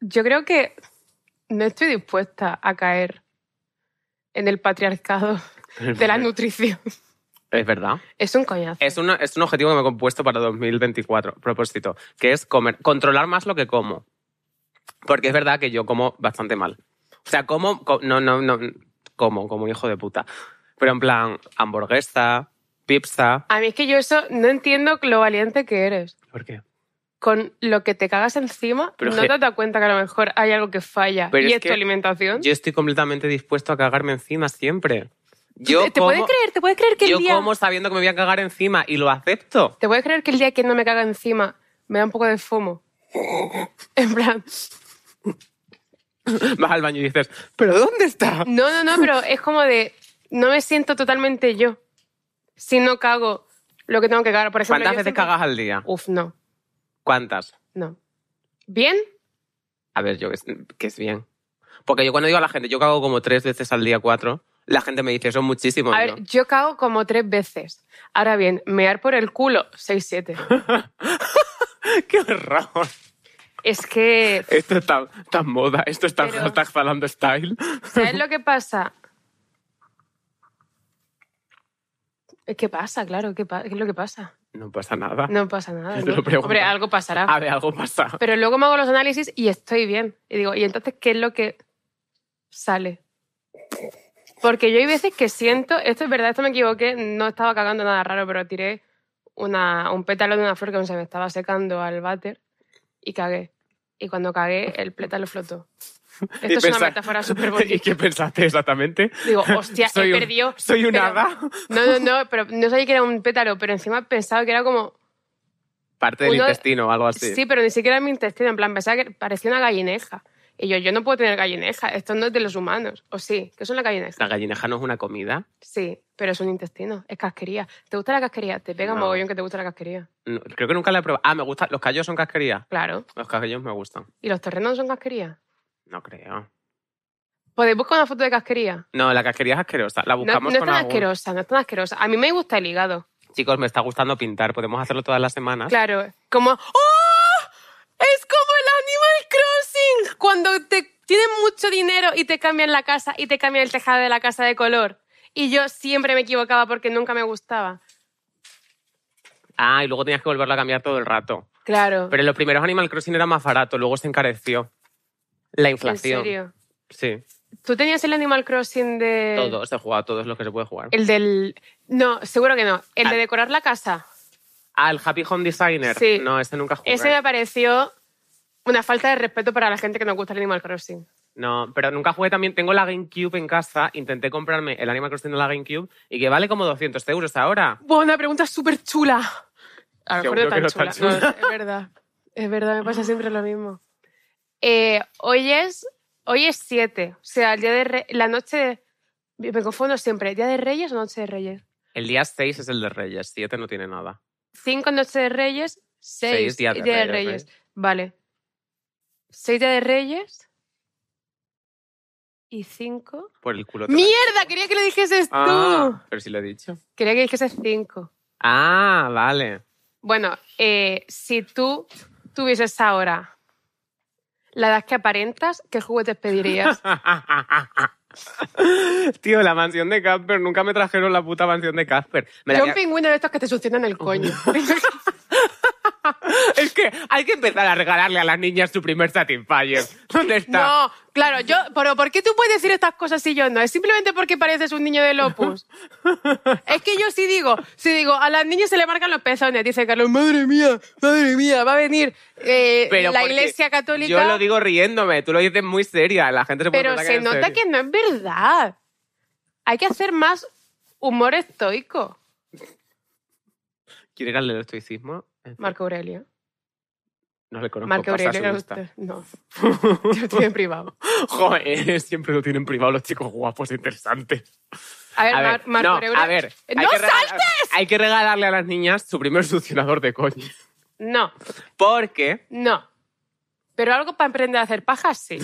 [SPEAKER 2] Yo creo que no estoy dispuesta a caer en el patriarcado de la nutrición.
[SPEAKER 1] es verdad.
[SPEAKER 2] Es un coñazo.
[SPEAKER 1] Es, una- es un objetivo que me he compuesto para 2024, propósito, que es comer, controlar más lo que como. Porque es verdad que yo como bastante mal. O sea, como, co- no, no, no, como, como hijo de puta. Pero en plan, hamburguesa, pizza.
[SPEAKER 2] A mí es que yo eso no entiendo lo valiente que eres.
[SPEAKER 1] ¿Por qué?
[SPEAKER 2] Con lo que te cagas encima,
[SPEAKER 1] Pero
[SPEAKER 2] no
[SPEAKER 1] je-
[SPEAKER 2] te has dado cuenta que a lo mejor hay algo que falla
[SPEAKER 1] Pero
[SPEAKER 2] y
[SPEAKER 1] es
[SPEAKER 2] es tu
[SPEAKER 1] que
[SPEAKER 2] alimentación.
[SPEAKER 1] Yo estoy completamente dispuesto a cagarme encima siempre. Yo
[SPEAKER 2] ¿Te, te
[SPEAKER 1] como,
[SPEAKER 2] puedes creer? ¿Te puedes creer que
[SPEAKER 1] yo
[SPEAKER 2] el día...
[SPEAKER 1] como sabiendo que me voy a cagar encima y lo acepto.
[SPEAKER 2] ¿Te puedes creer que el día que no me caga encima me da un poco de fomo? En plan,
[SPEAKER 1] Vas al baño y dices, ¿pero dónde está?
[SPEAKER 2] no, no, no, pero es como de, no me siento totalmente yo si no cago lo que tengo que cagar. Por ejemplo,
[SPEAKER 1] ¿Cuántas
[SPEAKER 2] yo
[SPEAKER 1] veces
[SPEAKER 2] siempre-
[SPEAKER 1] cagas al día?
[SPEAKER 2] Uf, no,
[SPEAKER 1] ¿Cuántas?
[SPEAKER 2] no. ¿Bien?
[SPEAKER 1] A ver, yo que es, que es bien. Porque yo cuando digo a la gente, yo cago como tres veces al día, cuatro, la gente me dice, son muchísimos.
[SPEAKER 2] A
[SPEAKER 1] Y yo,
[SPEAKER 2] ver, yo cago como tres veces. Ahora bien, mear por el culo, seis, siete.
[SPEAKER 1] ¡Qué horror!
[SPEAKER 2] Es que,
[SPEAKER 1] Esto es tan, tan moda, esto es tan
[SPEAKER 2] Pero-
[SPEAKER 1] hashtag Zalando style.
[SPEAKER 2] ¿sabes lo que pasa? ¿Qué pasa? Claro, ¿qué, pa- qué es lo que pasa?
[SPEAKER 1] No pasa nada.
[SPEAKER 2] No pasa nada.
[SPEAKER 1] Te lo
[SPEAKER 2] ¿no?
[SPEAKER 1] pregunto.
[SPEAKER 2] Hombre, algo pasará.
[SPEAKER 1] A ver, algo pasa.
[SPEAKER 2] Pero luego me hago los análisis y estoy bien. Y digo, ¿y entonces qué es lo que sale? Porque yo hay veces que siento, esto es verdad, esto me equivoqué, no estaba cagando nada raro, pero tiré una, un pétalo de una flor que se me estaba secando al váter y cagué. Y cuando cagué, el pétalo flotó. Esto
[SPEAKER 1] Y
[SPEAKER 2] es
[SPEAKER 1] pensar-
[SPEAKER 2] una metáfora súper
[SPEAKER 1] ¿Y
[SPEAKER 2] bonita.
[SPEAKER 1] qué pensaste exactamente?
[SPEAKER 2] Digo, hostia,
[SPEAKER 1] Soy
[SPEAKER 2] he
[SPEAKER 1] un-
[SPEAKER 2] perdido.
[SPEAKER 1] Soy un
[SPEAKER 2] pero-
[SPEAKER 1] hada.
[SPEAKER 2] No, no, no, pero no sabía que era un pétalo, pero encima pensaba que era como
[SPEAKER 1] Parte del
[SPEAKER 2] Uno-
[SPEAKER 1] intestino o algo así.
[SPEAKER 2] Sí. pero ni siquiera en mi intestino. En plan, pensaba que parecía una gallineja. Y yo, yo no puedo tener gallineja. Esto no es de los humanos. ¿O sí? ¿Qué son las gallinejas?
[SPEAKER 1] La gallineja no es una comida.
[SPEAKER 2] Sí, pero es un intestino. Es casquería. ¿Te gusta la casquería? Te pega
[SPEAKER 1] No.
[SPEAKER 2] mogollón que te gusta la casquería.
[SPEAKER 1] No, creo que nunca la he probado. Ah, me gusta. Los callos son casquería.
[SPEAKER 2] Claro.
[SPEAKER 1] Los callos me gustan.
[SPEAKER 2] ¿Y los terrenos no son casquería?
[SPEAKER 1] No creo.
[SPEAKER 2] ¿Podéis buscar una foto de casquería?
[SPEAKER 1] No, la casquería es asquerosa. La
[SPEAKER 2] No,
[SPEAKER 1] buscamos
[SPEAKER 2] no es
[SPEAKER 1] con
[SPEAKER 2] tan
[SPEAKER 1] algún-
[SPEAKER 2] asquerosa, no es tan asquerosa. A mí me gusta el hígado.
[SPEAKER 1] Chicos, me está gustando pintar. Podemos hacerlo todas las semanas.
[SPEAKER 2] Claro, como... ¡Oh! Es como el Animal Crossing. Cuando te tienen mucho dinero y te cambian la casa y te cambian el tejado de la casa de color. Y yo siempre me equivocaba porque nunca me gustaba.
[SPEAKER 1] Ah, y luego tenías que volverlo a cambiar todo el rato.
[SPEAKER 2] Claro.
[SPEAKER 1] Pero en los primeros Animal Crossing era más barato, luego se encareció. La
[SPEAKER 2] ¿En
[SPEAKER 1] inflación.
[SPEAKER 2] serio? Eh.
[SPEAKER 1] Sí.
[SPEAKER 2] ¿Tú tenías el Animal Crossing de...?
[SPEAKER 1] Todo, se juega todos los que se puede jugar.
[SPEAKER 2] El del... No, seguro que no. El
[SPEAKER 1] Ah.
[SPEAKER 2] de decorar la casa.
[SPEAKER 1] Ah, el Happy Home Designer.
[SPEAKER 2] Sí.
[SPEAKER 1] No, ese nunca jugué.
[SPEAKER 2] Ese me pareció una falta de respeto para la gente que nos gusta el Animal Crossing.
[SPEAKER 1] No, pero nunca jugué también. Tengo la GameCube en casa. Intenté comprarme el Animal Crossing de la GameCube y que vale como 200 euros ahora.
[SPEAKER 2] Buah, una pregunta súper chula. A lo mejor
[SPEAKER 1] Seguro
[SPEAKER 2] no tan
[SPEAKER 1] que no tan
[SPEAKER 2] chula. No,
[SPEAKER 1] chula.
[SPEAKER 2] es verdad. Es verdad, me pasa siempre lo mismo. Eh, hoy es... Hoy es 7. O sea, el día de... Re- La noche... de- Me confundo siempre. ¿Día de Reyes o Noche de Reyes?
[SPEAKER 1] El día 6 es el de Reyes, 7 no tiene nada.
[SPEAKER 2] 5 Noche de Reyes, 6
[SPEAKER 1] Seis
[SPEAKER 2] Día
[SPEAKER 1] Día
[SPEAKER 2] de
[SPEAKER 1] de
[SPEAKER 2] Reyes.
[SPEAKER 1] Reyes,
[SPEAKER 2] Vale. 6 Día de Reyes y 5.
[SPEAKER 1] Por el culo. te va.
[SPEAKER 2] ¡Mierda! Quería que lo dijeses
[SPEAKER 1] Ah, pero si lo he dicho.
[SPEAKER 2] tú. Quería que dijese 5.
[SPEAKER 1] Ah, vale.
[SPEAKER 2] Bueno, eh, si tú tuvieses ahora la edad que aparentas, ¿qué juguetes pedirías?
[SPEAKER 1] Tío, la mansión de Casper. Nunca me trajeron la puta mansión de Casper. Me la
[SPEAKER 2] Yo un
[SPEAKER 1] había-
[SPEAKER 2] pingüino de estos que te succionan el coño.
[SPEAKER 1] Es que hay que empezar a regalarle a las niñas su primer Satisfyer. ¿Dónde está?
[SPEAKER 2] no, claro, yo, pero ¿por qué tú puedes decir estas cosas y yo no? Es simplemente porque pareces un niño de Lopus. es que yo sí digo, sí digo, a las niñas se le marcan los pezones, dice Carlos, madre mía, madre mía, va a venir eh,
[SPEAKER 1] Pero
[SPEAKER 2] la
[SPEAKER 1] porque
[SPEAKER 2] iglesia católica.
[SPEAKER 1] Yo lo digo riéndome, tú lo dices muy seria. La gente se puede
[SPEAKER 2] pero
[SPEAKER 1] pensar
[SPEAKER 2] se
[SPEAKER 1] que es
[SPEAKER 2] nota
[SPEAKER 1] serio.
[SPEAKER 2] que no es verdad. Hay que hacer más humor estoico,
[SPEAKER 1] ¿Quiere ir al del estoicismo? En fin,
[SPEAKER 2] Marco Aurelio.
[SPEAKER 1] No le conozco.
[SPEAKER 2] Marco
[SPEAKER 1] pasa su
[SPEAKER 2] Aurelio, que
[SPEAKER 1] lista.
[SPEAKER 2] usted- no, yo estoy en privado.
[SPEAKER 1] Joder, siempre lo tienen privado los chicos guapos e interesantes.
[SPEAKER 2] A ver,
[SPEAKER 1] A ver,
[SPEAKER 2] Mar- Marco
[SPEAKER 1] no,
[SPEAKER 2] Aurelio.
[SPEAKER 1] a ver. hay
[SPEAKER 2] ¡No
[SPEAKER 1] que regalar-
[SPEAKER 2] saltes!
[SPEAKER 1] Hay que regalarle a las niñas su primer succionador de coño.
[SPEAKER 2] No,
[SPEAKER 1] Porque
[SPEAKER 2] no. Pero algo para aprender a hacer pajas, sí.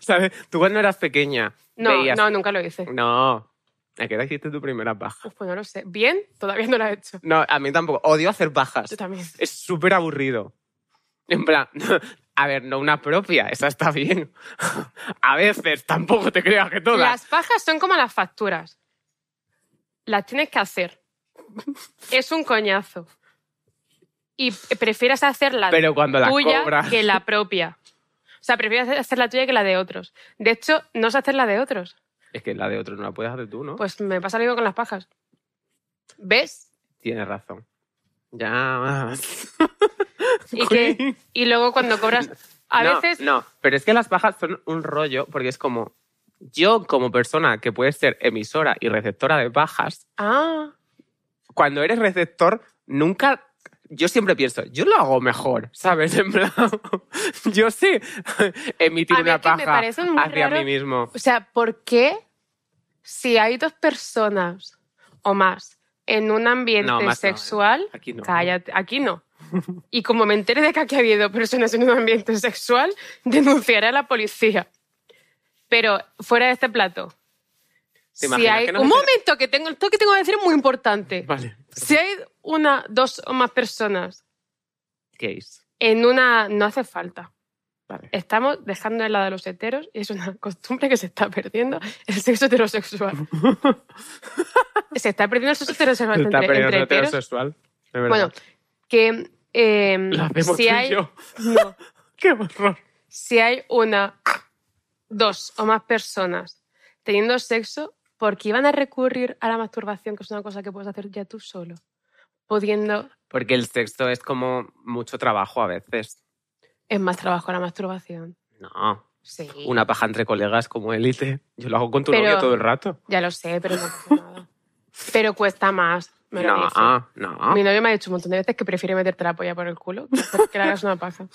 [SPEAKER 1] ¿Sabes? Tú cuando eras pequeña.
[SPEAKER 2] No,
[SPEAKER 1] veías-
[SPEAKER 2] no, nunca lo hice.
[SPEAKER 1] No. ¿A qué edad hiciste tu primera baja?
[SPEAKER 2] Uf, pues no lo sé. ¿Bien? Todavía no lo he hecho.
[SPEAKER 1] No, a mí tampoco. Odio hacer bajas.
[SPEAKER 2] Yo también.
[SPEAKER 1] Es súper aburrido. En plan, a ver, no una propia, esa está bien. A veces, tampoco te creas que todas.
[SPEAKER 2] Las pajas son como las facturas. Las tienes que hacer. Es un coñazo. Y prefieres hacer la
[SPEAKER 1] Pero cuando las
[SPEAKER 2] tuya
[SPEAKER 1] cobras.
[SPEAKER 2] que la propia. O sea, prefieres hacer la tuya que la de otros. De hecho, no sé hacer la de otros.
[SPEAKER 1] Es que la de otro no la puedes hacer tú, ¿no?
[SPEAKER 2] Pues me pasa lo mismo con las pajas. ¿Ves?
[SPEAKER 1] Tienes razón. Ya más.
[SPEAKER 2] Y, que,
[SPEAKER 1] Jolín.
[SPEAKER 2] y luego cuando cobras... A
[SPEAKER 1] No,
[SPEAKER 2] veces...
[SPEAKER 1] No, pero es que las bajas son un rollo porque es como. Yo, como persona que puede ser emisora y receptora de bajas,
[SPEAKER 2] Ah,
[SPEAKER 1] cuando eres receptor, nunca. Yo siempre pienso, yo lo hago mejor, ¿sabes? En plan, yo sé emitir
[SPEAKER 2] A mí
[SPEAKER 1] una
[SPEAKER 2] es que me
[SPEAKER 1] paja
[SPEAKER 2] parece muy
[SPEAKER 1] hacia
[SPEAKER 2] raro
[SPEAKER 1] mí mismo.
[SPEAKER 2] O sea, ¿por qué si hay dos personas o más en un ambiente
[SPEAKER 1] No, más no,
[SPEAKER 2] sexual?
[SPEAKER 1] eh. Aquí no.
[SPEAKER 2] Cállate, aquí no. Y como me entere de que aquí ha habido personas en un ambiente sexual, denunciaré a la policía. Pero fuera de este plato.
[SPEAKER 1] ¿Te
[SPEAKER 2] Si
[SPEAKER 1] imaginas
[SPEAKER 2] hay...
[SPEAKER 1] que
[SPEAKER 2] Un
[SPEAKER 1] nos dicen-
[SPEAKER 2] momento, que tengo, esto que tengo que decir es muy importante.
[SPEAKER 1] Vale.
[SPEAKER 2] Si hay una, dos o más personas
[SPEAKER 1] Gays.
[SPEAKER 2] en una... No hace falta.
[SPEAKER 1] Vale.
[SPEAKER 2] Estamos dejando de lado a los heteros y es una costumbre que se está perdiendo el sexo heterosexual. se está perdiendo el sexo heterosexual
[SPEAKER 1] Está
[SPEAKER 2] entre,
[SPEAKER 1] perdiendo
[SPEAKER 2] entre heteros.
[SPEAKER 1] heterosexual. De verdad.
[SPEAKER 2] Bueno, que eh,
[SPEAKER 1] lo hacemos
[SPEAKER 2] si
[SPEAKER 1] tú
[SPEAKER 2] hay
[SPEAKER 1] y yo.
[SPEAKER 2] no,
[SPEAKER 1] ¡Qué horror!
[SPEAKER 2] si hay una, dos o más personas teniendo sexo, ¿por qué iban a recurrir a la masturbación, que es una cosa que puedes hacer ya tú solo? Pudiendo
[SPEAKER 1] Porque el sexo es como mucho trabajo a veces.
[SPEAKER 2] es más trabajo la masturbación.
[SPEAKER 1] No.
[SPEAKER 2] Sí.
[SPEAKER 1] Una paja entre colegas como élite. Yo lo hago con tu
[SPEAKER 2] Pero-
[SPEAKER 1] novio todo el rato.
[SPEAKER 2] Ya lo sé, pero no pasa nada. Pero cuesta más. me lo
[SPEAKER 1] No,
[SPEAKER 2] dice.
[SPEAKER 1] no.
[SPEAKER 2] Mi novio me ha dicho un montón de veces que prefiere meterte la polla por el culo que hacer que le hagas una paja.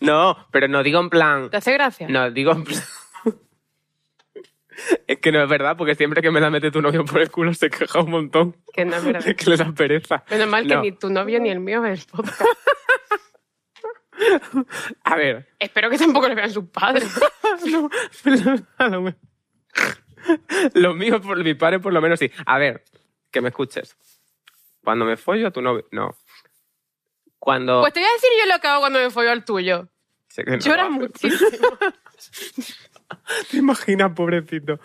[SPEAKER 1] No, pero no digo en plan.
[SPEAKER 2] ¿Te hace gracia?
[SPEAKER 1] No, digo en plan. Es que no es verdad, porque siempre que me la mete tu novio por el culo se queja un montón
[SPEAKER 2] Que no es verdad.
[SPEAKER 1] de que le da pereza.
[SPEAKER 2] Menos mal que
[SPEAKER 1] No.
[SPEAKER 2] ni tu novio ni el mío ven el podcast.
[SPEAKER 1] A ver.
[SPEAKER 2] Espero que tampoco lo vean sus padres.
[SPEAKER 1] No, a lo mejor. Lo mío por mi padre, por lo menos sí. A ver, que me escuches. Cuando me follo a tu novio. No. Cuando.
[SPEAKER 2] Pues te voy a decir yo lo que hago cuando me follo al tuyo.
[SPEAKER 1] Sé que no lo
[SPEAKER 2] Llora
[SPEAKER 1] haces.
[SPEAKER 2] muchísimo.
[SPEAKER 1] ¿Te imaginas, pobrecito?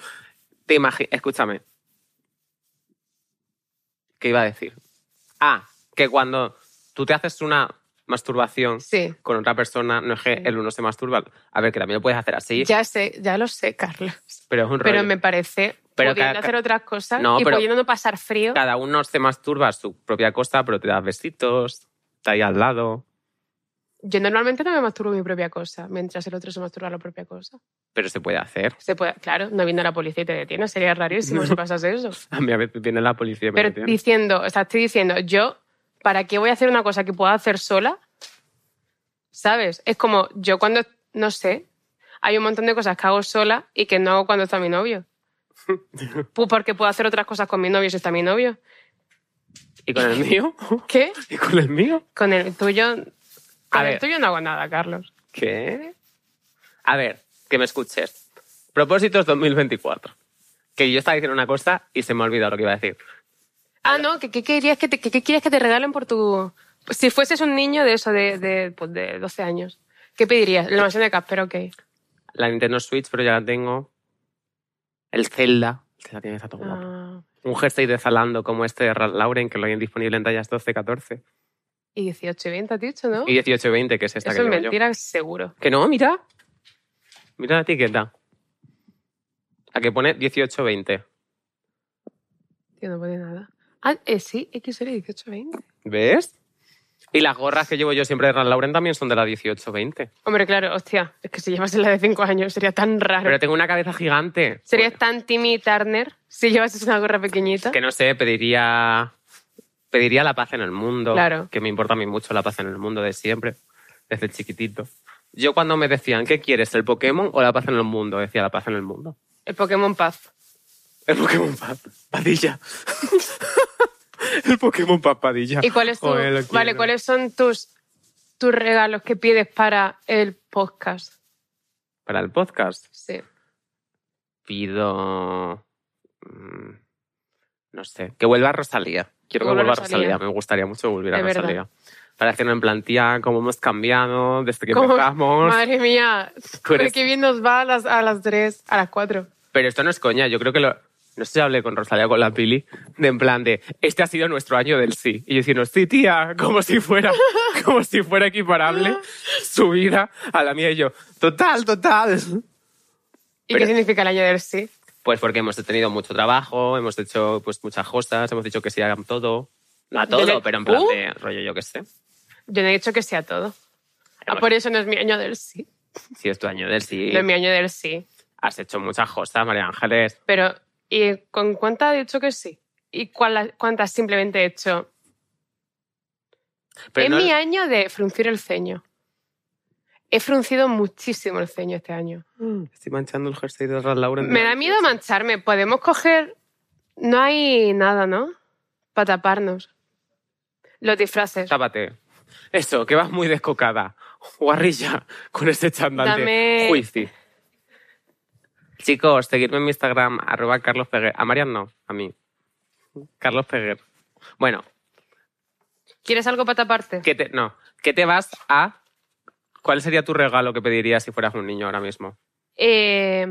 [SPEAKER 1] Te imaginas, escúchame. ¿Qué iba a decir? Ah, que cuando tú te haces una masturbación
[SPEAKER 2] Sí.
[SPEAKER 1] con otra persona, no es que el uno se masturba. A ver, que también lo puedes hacer así,
[SPEAKER 2] Ya sé, ya lo sé, Carlos.
[SPEAKER 1] pero es un rollo.
[SPEAKER 2] Pero me parece
[SPEAKER 1] Pero
[SPEAKER 2] pudiendo
[SPEAKER 1] ca- ca-
[SPEAKER 2] hacer otras cosas
[SPEAKER 1] No,
[SPEAKER 2] y
[SPEAKER 1] pero-
[SPEAKER 2] pudiendo no pasar frío.
[SPEAKER 1] Cada uno se masturba a su propia costa, pero te das besitos, está ahí al lado.
[SPEAKER 2] Yo normalmente no me masturbo mi propia cosa, mientras el otro se masturba la propia cosa.
[SPEAKER 1] Pero se puede hacer.
[SPEAKER 2] Se puede, claro, no viendo a la policía y te detiene, sería rarísimo si pasase eso.
[SPEAKER 1] A mí a veces viene la policía y me
[SPEAKER 2] Pero
[SPEAKER 1] detiene.
[SPEAKER 2] diciendo, o sea, estoy diciendo, yo, ¿para qué voy a hacer una cosa que pueda hacer sola? ¿Sabes? Es como yo cuando, no sé, hay un montón de cosas que hago sola y que no hago cuando está mi novio. Pues porque puedo hacer otras cosas con mi novio si está mi novio.
[SPEAKER 1] ¿Y con el mío?
[SPEAKER 2] ¿Qué?
[SPEAKER 1] ¿Y con el mío?
[SPEAKER 2] Con el tuyo.
[SPEAKER 1] A
[SPEAKER 2] con el
[SPEAKER 1] ver.
[SPEAKER 2] tuyo no hago nada, Carlos.
[SPEAKER 1] ¿Qué? A ver, que me escuches. Propósitos 2024. Que yo estaba diciendo una cosa y se me ha olvidado lo que iba a decir.
[SPEAKER 2] Ah, no, ¿qué, qué querías que te, qué- qué quieres que te regalen por tu. Si fueses un niño de eso, de, de, pues de 12 años, ¿qué pedirías? La mansión de Casper, ok.
[SPEAKER 1] La Nintendo Switch, pero ya la tengo. El Zelda. El Zelda tiene que estar todo guapo.
[SPEAKER 2] Ah,
[SPEAKER 1] Un jersey de Zalando como este de Ralph Lauren, que lo hay disponible en tallas 12, 14
[SPEAKER 2] y 18 y 20, has dicho, ¿no?
[SPEAKER 1] y 18 y 20, que es esta que
[SPEAKER 2] Eso es
[SPEAKER 1] llevo yo.
[SPEAKER 2] mentira, seguro.
[SPEAKER 1] Que no, mira. Mira la etiqueta. La que pone 18-20.
[SPEAKER 2] Tío, no pone nada. Ah, eh, sí, XL 18-20.
[SPEAKER 1] ¿Ves? Y las gorras que llevo yo siempre de Ralph Lauren también son de la 18-20.
[SPEAKER 2] Hombre, claro, hostia, es que si llevases la de 5 años sería tan raro.
[SPEAKER 1] Pero tengo una cabeza gigante. Pues,
[SPEAKER 2] Serías tan Timmy Turner si llevases una gorra pequeñita.
[SPEAKER 1] Que no sé, pediría. Pediría la paz en el mundo.
[SPEAKER 2] Claro.
[SPEAKER 1] Que me importa a mí mucho la paz en el mundo de siempre, desde chiquitito. Yo cuando me decían, ¿qué quieres, el Pokémon o la paz en el mundo? Decía la paz en el mundo.
[SPEAKER 2] El Pokémon Paz.
[SPEAKER 1] El Pokémon Paz. Padilla. el Pokémon Paz Padilla.
[SPEAKER 2] ¿Y cuáles tu...
[SPEAKER 1] Joder, lo
[SPEAKER 2] vale,
[SPEAKER 1] quiero.
[SPEAKER 2] cuáles son tus, tus regalos que pides para el podcast?
[SPEAKER 1] Para el podcast
[SPEAKER 2] Sí.
[SPEAKER 1] pido. mm, No sé. Que vuelva Rosalía. Quiero que
[SPEAKER 2] Vuelva
[SPEAKER 1] vuelva
[SPEAKER 2] Rosalía.
[SPEAKER 1] Rosalía. Me gustaría mucho volver a
[SPEAKER 2] Es verdad.
[SPEAKER 1] Rosalía. Para hacer en plantilla cómo hemos cambiado desde que
[SPEAKER 2] ¿Cómo?
[SPEAKER 1] empezamos.
[SPEAKER 2] Madre mía,
[SPEAKER 1] Tú eres-
[SPEAKER 2] porque bien nos va a las, a las 3, a las 4.
[SPEAKER 1] Pero esto no es coña, yo creo que lo... No sé si hablé con Rosalía o con la Pili, de en plan de, este ha sido nuestro año del sí. Y yo diciendo, sí, tía, como si fuera, como si fuera equiparable su vida a la mía. Y yo, total, total.
[SPEAKER 2] ¿Y
[SPEAKER 1] Pero-
[SPEAKER 2] qué significa el año del sí?
[SPEAKER 1] Pues porque hemos tenido mucho trabajo, hemos hecho pues muchas cosas, hemos dicho que sí hagan todo. No a
[SPEAKER 2] Desde-
[SPEAKER 1] todo, pero en plan
[SPEAKER 2] Uh.
[SPEAKER 1] de rollo, yo qué sé.
[SPEAKER 2] Yo no he dicho que sea todo. Ah,
[SPEAKER 1] bueno.
[SPEAKER 2] por eso no es mi año del sí.
[SPEAKER 1] Si es tu año del sí,
[SPEAKER 2] No es mi año del sí.
[SPEAKER 1] has hecho muchas cosas, María Ángeles.
[SPEAKER 2] Pero, ¿y con cuántas he dicho que sí? ¿Y cuál- cuántas simplemente he hecho?
[SPEAKER 1] Pero
[SPEAKER 2] es
[SPEAKER 1] no-
[SPEAKER 2] mi año de fruncir el ceño. He fruncido muchísimo el ceño este año.
[SPEAKER 1] Estoy manchando el jersey de Ralph Lauren.
[SPEAKER 2] Me da miedo mancharme. Podemos coger... No hay nada, ¿no? Para taparnos. Los disfraces.
[SPEAKER 1] Tápate. Eso, que vas muy descocada. Guarrilla, con este ese chándal
[SPEAKER 2] Dame-
[SPEAKER 1] de juicio. Chicos, seguidme en mi Instagram, arroba Carlos Peguer. A Marian no, a mí. Carlos Peguer. Bueno,
[SPEAKER 2] ¿Quieres algo para taparte?
[SPEAKER 1] ¿qué te, no, ¿qué te vas a...? ¿Cuál sería tu regalo que pedirías si fueras un niño ahora mismo?
[SPEAKER 2] Eh,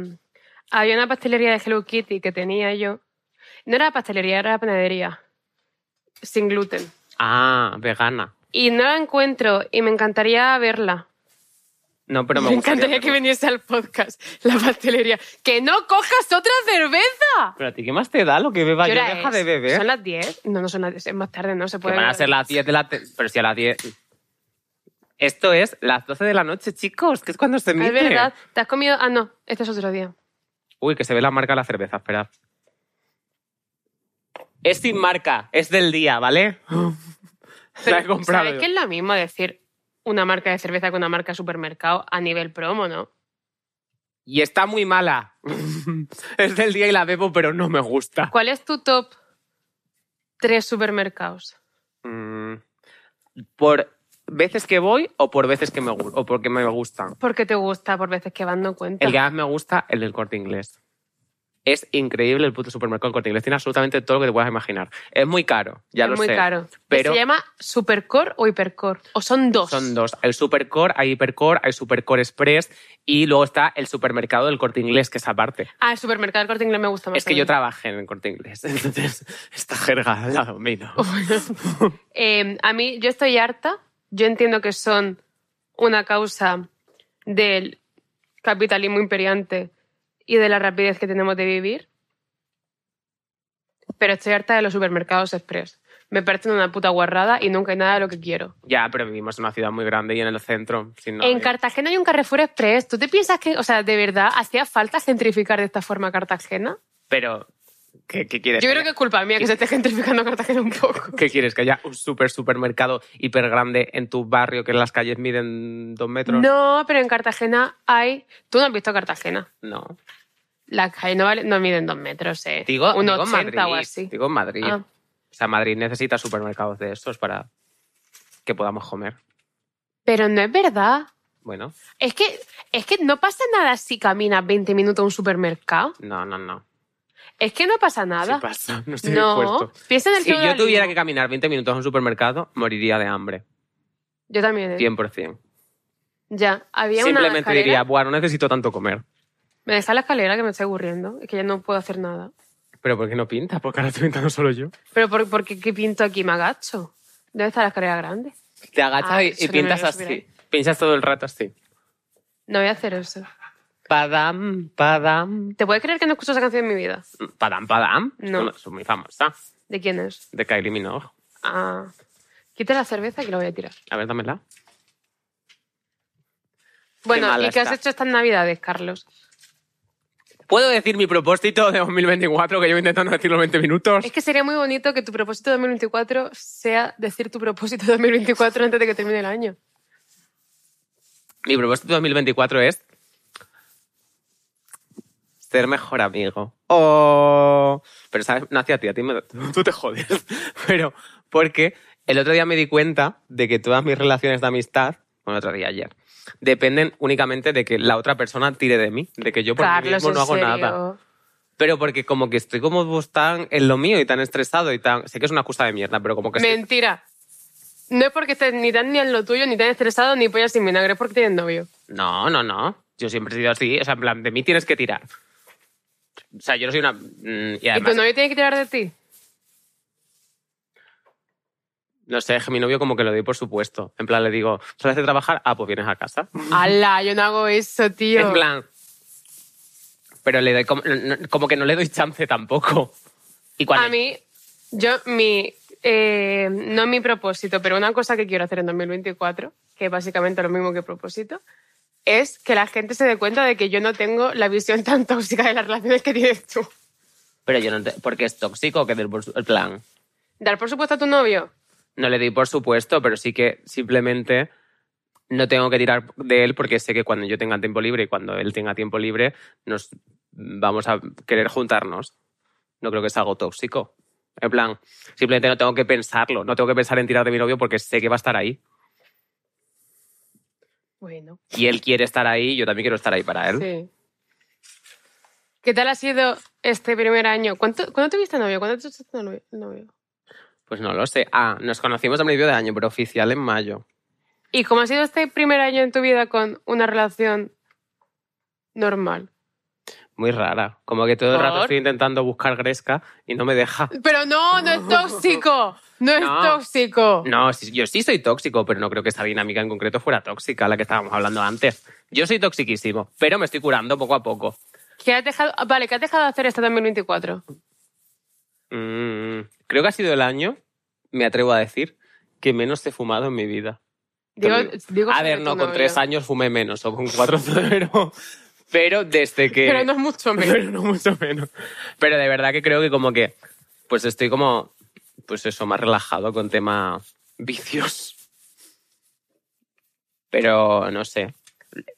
[SPEAKER 2] había una pastelería de Hello Kitty que tenía yo. No era pastelería, era panadería. Sin gluten.
[SPEAKER 1] Ah, vegana.
[SPEAKER 2] Y no la encuentro y me encantaría verla.
[SPEAKER 1] No, pero me,
[SPEAKER 2] me
[SPEAKER 1] gustaría
[SPEAKER 2] encantaría que
[SPEAKER 1] verlo.
[SPEAKER 2] viniese al podcast, la pastelería. ¡Que no cojas otra cerveza!
[SPEAKER 1] Pero a ti, ¿qué más te da lo que beba
[SPEAKER 2] ¿Qué
[SPEAKER 1] yo?
[SPEAKER 2] hora
[SPEAKER 1] Deja
[SPEAKER 2] es?
[SPEAKER 1] de beber.
[SPEAKER 2] ¿Son las 10? No, no son las 10, es más tarde, no se
[SPEAKER 1] Que
[SPEAKER 2] puede.
[SPEAKER 1] van a ser las 10 de la... te- Pero si a las 10... Esto es las 12 de la noche, chicos, que es cuando se
[SPEAKER 2] Ah,
[SPEAKER 1] mide.
[SPEAKER 2] Es verdad, te has comido. Ah, no, este es otro día.
[SPEAKER 1] Uy, que se ve la marca de la cerveza, espera. Es sin marca, es del día, ¿vale? la he
[SPEAKER 2] Pero,
[SPEAKER 1] comprado.
[SPEAKER 2] ¿Sabes
[SPEAKER 1] yo.
[SPEAKER 2] que es lo mismo decir una marca de cerveza que una marca de supermercado a nivel promo, no?
[SPEAKER 1] Y está muy mala. es del día y la bebo, pero no me gusta.
[SPEAKER 2] ¿Cuál es tu top tres supermercados?
[SPEAKER 1] Mm, ¿Por veces que voy o por veces que me gu- o porque me gustan?
[SPEAKER 2] Porque te gusta por veces que van no cuenta.
[SPEAKER 1] El que más me gusta, el del corte inglés. Es increíble el puto supermercado del corte inglés. Tiene absolutamente todo lo que te puedas imaginar. Es muy caro, ya
[SPEAKER 2] es
[SPEAKER 1] lo
[SPEAKER 2] muy
[SPEAKER 1] sé.
[SPEAKER 2] caro.
[SPEAKER 1] pero-
[SPEAKER 2] ¿Se llama supercore o hipercore? ¿O son dos?
[SPEAKER 1] Son dos. El Supercore, hay Hipercore, hay Supercore Express y luego está el supermercado del corte inglés, que es aparte.
[SPEAKER 2] Ah, el supermercado del corte inglés me gusta más.
[SPEAKER 1] Es que
[SPEAKER 2] a
[SPEAKER 1] yo
[SPEAKER 2] mí.
[SPEAKER 1] trabajé en el corte inglés, entonces esta jerga la domino.
[SPEAKER 2] Eh, a mí, yo estoy harta yo entiendo que son una causa del capitalismo imperiante y de la rapidez que tenemos de vivir. Pero estoy harta de los supermercados express. Me parecen una puta guarrada y nunca hay nada de lo que quiero.
[SPEAKER 1] Ya, pero vivimos en una ciudad muy grande y en el centro. si no
[SPEAKER 2] en
[SPEAKER 1] hay-
[SPEAKER 2] Cartagena hay un Carrefour Express. ¿Tú te piensas que, o sea, de verdad, hacía falta gentrificar de esta forma Cartagena?
[SPEAKER 1] Pero, ¿qué, qué quieres?
[SPEAKER 2] Yo creo que es culpa mía que se esté gentrificando Cartagena un poco.
[SPEAKER 1] ¿Qué quieres? ¿Que haya un super supermercado hiper grande en tu barrio que las calles miden dos metros?
[SPEAKER 2] No, pero en Cartagena hay. Tú no has visto Cartagena.
[SPEAKER 1] No.
[SPEAKER 2] Las calles no, valen- no miden dos metros, eh.
[SPEAKER 1] Digo,
[SPEAKER 2] Un
[SPEAKER 1] digo
[SPEAKER 2] 80
[SPEAKER 1] Madrid.
[SPEAKER 2] o así.
[SPEAKER 1] Digo en Madrid.
[SPEAKER 2] Ah.
[SPEAKER 1] O sea, Madrid necesita supermercados de estos para que podamos comer.
[SPEAKER 2] Pero no es verdad.
[SPEAKER 1] Bueno,
[SPEAKER 2] Es que, es que no pasa nada si caminas 20 minutos a un supermercado.
[SPEAKER 1] no, no, no.
[SPEAKER 2] Es que no pasa
[SPEAKER 1] Sí
[SPEAKER 2] nada.
[SPEAKER 1] pasa, no estoy
[SPEAKER 2] no,
[SPEAKER 1] dispuesto.
[SPEAKER 2] piensa en el
[SPEAKER 1] Si yo
[SPEAKER 2] feudalismo.
[SPEAKER 1] tuviera que caminar 20 minutos a un supermercado, moriría de hambre.
[SPEAKER 2] Yo también. eh.
[SPEAKER 1] 100%.
[SPEAKER 2] Ya, había una
[SPEAKER 1] Simplemente
[SPEAKER 2] escalera.
[SPEAKER 1] diría, bueno, necesito tanto comer.
[SPEAKER 2] Me deja la escalera que me está aburriendo. Es que ya no puedo hacer nada.
[SPEAKER 1] Pero ¿por qué no pinta? Porque ahora estoy pintando solo yo.
[SPEAKER 2] Pero ¿por, por qué, qué pinto aquí? Me agacho. ¿Dónde está la escalera grande?
[SPEAKER 1] Te agachas
[SPEAKER 2] Ah,
[SPEAKER 1] y,
[SPEAKER 2] eso
[SPEAKER 1] y
[SPEAKER 2] no me lo
[SPEAKER 1] pintas
[SPEAKER 2] voy a
[SPEAKER 1] así.
[SPEAKER 2] superar.
[SPEAKER 1] Pintas todo el rato así.
[SPEAKER 2] No voy a hacer eso.
[SPEAKER 1] Padam, padam.
[SPEAKER 2] ¿Te puedes creer que no escucho esa canción en mi vida?
[SPEAKER 1] Padam, padam.
[SPEAKER 2] No.
[SPEAKER 1] Bueno, es muy famosa.
[SPEAKER 2] ¿De quién es?
[SPEAKER 1] De Kylie Minogue.
[SPEAKER 2] Ah. Quita la cerveza que la voy a tirar.
[SPEAKER 1] A ver, dámela.
[SPEAKER 2] Bueno,
[SPEAKER 1] mala
[SPEAKER 2] ¿y qué has
[SPEAKER 1] está.
[SPEAKER 2] hecho estas navidades, Carlos?
[SPEAKER 1] ¿Puedo decir mi propósito de 2024 que llevo intentando decirlo 20 minutos?
[SPEAKER 2] Es que sería muy bonito que tu propósito de 2024 sea decir tu propósito de 2024 antes de que termine el año.
[SPEAKER 1] Mi propósito de 2024 es ser mejor amigo. Oh. Pero sabes, no hacia ti, a ti me- tú te jodes. Pero porque el otro día me di cuenta de que todas mis relaciones de amistad, bueno, el otro día ayer, dependen únicamente de que la otra persona tire de mí, de que yo por mí
[SPEAKER 2] Carlos,
[SPEAKER 1] mismo no
[SPEAKER 2] en
[SPEAKER 1] hago
[SPEAKER 2] serio.
[SPEAKER 1] nada. Pero porque como que estoy como tan en lo mío y tan estresado y tan... Sé que es una excusa de mierda, pero como que... estoy-
[SPEAKER 2] Mentira. No es porque estés ni tan ni en lo tuyo, ni tan estresado, ni pollas sin vinagre, es porque tienes novio.
[SPEAKER 1] No, no, no. Yo siempre he sido así. O sea, en plan, de mí tienes que tirar. O sea, yo no soy una... mm, Y
[SPEAKER 2] ¿Y
[SPEAKER 1] además,
[SPEAKER 2] tu novio tiene que tirar de ti?
[SPEAKER 1] no sé, es que mi novio como que lo doy por supuesto. En plan, le digo, ¿sales de trabajar? Ah, pues vienes a casa.
[SPEAKER 2] ¡Hala! Yo no hago eso, tío.
[SPEAKER 1] En plan... Pero le doy como, no- no- como que no le doy chance tampoco. Y cuando...
[SPEAKER 2] A mí, yo, mi. eh, no mi propósito, pero una cosa que quiero hacer en 2024, que es básicamente lo mismo que propósito, es que la gente se dé cuenta de que yo no tengo la visión tan tóxica de las relaciones que tienes tú.
[SPEAKER 1] Pero yo no... te- Porque es tóxico que del... por su- En plan...
[SPEAKER 2] Dar por supuesto a tu novio.
[SPEAKER 1] No le doy por supuesto, pero sí que simplemente no tengo que tirar de él porque sé que cuando yo tenga tiempo libre y cuando él tenga tiempo libre nos vamos a querer juntarnos. No creo que es algo tóxico. En plan, simplemente no tengo que pensarlo, no tengo que pensar en tirar de mi novio porque sé que va a estar ahí.
[SPEAKER 2] Bueno,
[SPEAKER 1] Y él quiere estar ahí, yo también quiero estar ahí para él.
[SPEAKER 2] sí. ¿Qué tal ha sido este primer año? ¿Cuánto, ¿Cuándo tuviste novio? ¿Cuándo tuviste tu novio? novio?
[SPEAKER 1] Pues no lo sé. Ah, nos conocimos a principio de año, pero oficial en mayo.
[SPEAKER 2] ¿Y cómo ha sido este primer año en tu vida con una relación normal?
[SPEAKER 1] Muy rara. Como que todo el rato
[SPEAKER 2] ¿Por?
[SPEAKER 1] estoy intentando buscar Gresca y no me deja.
[SPEAKER 2] Pero no, no es tóxico. No es
[SPEAKER 1] No.
[SPEAKER 2] tóxico.
[SPEAKER 1] No, sí- yo sí soy tóxico, pero no creo que esa dinámica en concreto fuera tóxica, la que estábamos hablando antes. Yo soy toxiquísimo, pero me estoy curando poco a poco.
[SPEAKER 2] ¿Qué has dejado? ah, Vale, ¿qué has dejado de hacer este 2024?
[SPEAKER 1] Mm, creo que ha sido el año, me atrevo a decir, que menos he fumado en mi vida.
[SPEAKER 2] Digo,
[SPEAKER 1] También.
[SPEAKER 2] digo
[SPEAKER 1] a
[SPEAKER 2] sobre
[SPEAKER 1] ver,
[SPEAKER 2] tu
[SPEAKER 1] no, con
[SPEAKER 2] novio.
[SPEAKER 1] tres años fumé menos o con cuatro, pero, pero desde que...
[SPEAKER 2] Pero no es mucho menos.
[SPEAKER 1] pero no mucho menos. Pero de verdad que creo que como que, pues estoy como, pues eso, más relajado con tema vicios. Pero no sé.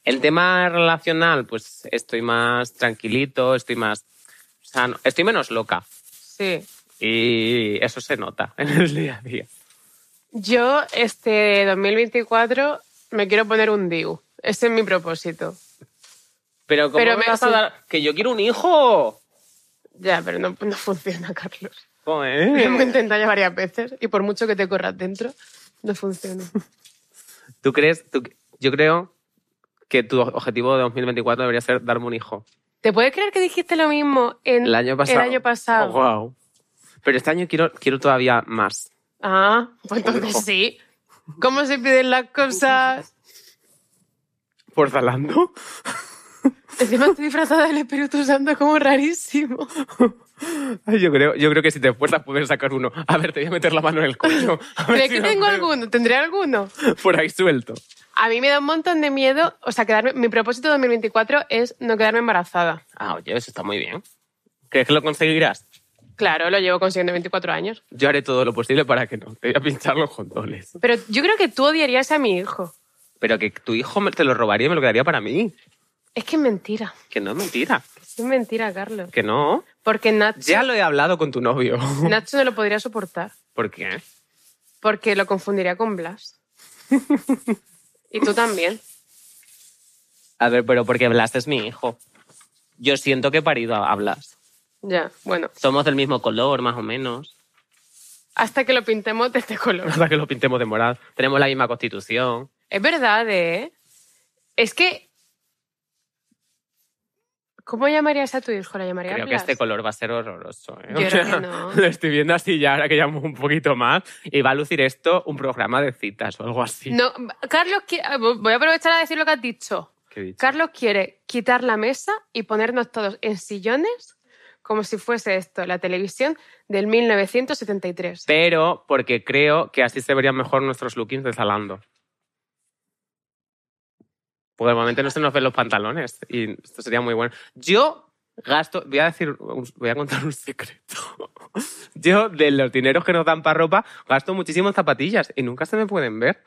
[SPEAKER 1] El tema relacional, pues estoy más tranquilito, estoy más sano, estoy menos loca.
[SPEAKER 2] Sí.
[SPEAKER 1] Y eso se nota en el día a día.
[SPEAKER 2] Yo, este 2024, me quiero poner un DIU. Ese es mi propósito.
[SPEAKER 1] Pero como
[SPEAKER 2] Pero me-
[SPEAKER 1] vas a dar que yo quiero un hijo.
[SPEAKER 2] Ya, pero no, no funciona, Carlos. Lo hemos
[SPEAKER 1] Joder.
[SPEAKER 2] intentado ya varias veces y por mucho que te corras dentro, no funciona.
[SPEAKER 1] ¿Tú crees? tú- yo creo que tu objetivo de 2024 debería ser darme un hijo.
[SPEAKER 2] ¿Te puedes creer que dijiste lo mismo en
[SPEAKER 1] El año pasado. Oh,
[SPEAKER 2] El año pasado.
[SPEAKER 1] wow. Pero este año quiero, quiero todavía más.
[SPEAKER 2] Ah, pues entonces
[SPEAKER 1] Ojo.
[SPEAKER 2] sí. ¿Cómo se piden las cosas?
[SPEAKER 1] ¿Por Zalando?
[SPEAKER 2] Encima estoy disfrazada del Espíritu Santo, es como rarísimo.
[SPEAKER 1] Ay, Yo creo, yo creo que si te esfuerzas puedes sacar uno. A ver, te voy a meter la mano en el cuello. A ver
[SPEAKER 2] ¿Crees
[SPEAKER 1] si
[SPEAKER 2] que
[SPEAKER 1] lo
[SPEAKER 2] tengo
[SPEAKER 1] pego
[SPEAKER 2] alguno? ¿Tendré alguno?
[SPEAKER 1] Por ahí suelto.
[SPEAKER 2] A mí me da un montón de miedo, o sea, quedarme. Mi propósito 2024 es no quedarme embarazada.
[SPEAKER 1] Ah, oye, eso está muy bien. ¿Crees que lo conseguirás?
[SPEAKER 2] Claro, lo llevo consiguiendo 24 años.
[SPEAKER 1] Yo haré todo lo posible para que no. Te voy a pinchar los condones.
[SPEAKER 2] Pero yo creo que tú odiarías a mi hijo.
[SPEAKER 1] Pero que tu hijo me- te lo robaría y me lo quedaría para mí.
[SPEAKER 2] Es que es mentira.
[SPEAKER 1] Que no es mentira.
[SPEAKER 2] Es mentira, Carlos.
[SPEAKER 1] Que no.
[SPEAKER 2] Porque Nacho,
[SPEAKER 1] Ya lo he hablado con tu novio.
[SPEAKER 2] Nacho no lo podría soportar.
[SPEAKER 1] ¿Por qué?
[SPEAKER 2] Porque lo confundiría con Blas. y tú también.
[SPEAKER 1] A ver, pero porque Blas es mi hijo. Yo siento que he parido a Blas.
[SPEAKER 2] Ya, bueno.
[SPEAKER 1] Somos del mismo color, más o menos.
[SPEAKER 2] Hasta que lo pintemos de este color.
[SPEAKER 1] Hasta que lo pintemos de morado. Tenemos la misma constitución.
[SPEAKER 2] Es verdad, ¿eh? Es que... ¿Cómo llamarías a tu hijo? ¿La llamarías
[SPEAKER 1] Creo que
[SPEAKER 2] Blas?
[SPEAKER 1] este color va a ser horroroso. ¿eh?
[SPEAKER 2] Yo creo que no.
[SPEAKER 1] Lo estoy viendo así ya, ahora que llamo un poquito más. Y va a lucir esto un programa de citas o algo así.
[SPEAKER 2] No, Carlos, qui- ah, vo- voy a aprovechar a decir lo que has dicho.
[SPEAKER 1] ¿Qué he dicho?
[SPEAKER 2] Carlos quiere quitar la mesa y ponernos todos en sillones como si fuese esto, la televisión del 1973.
[SPEAKER 1] Pero porque creo que así se verían mejor nuestros lookings de Zalando. Porque de momento no se nos ven los pantalones y esto sería muy bueno. Yo gasto, voy a decir, voy a contar un secreto. Yo de los dineros que nos dan para ropa gasto muchísimo en zapatillas y nunca se me pueden ver.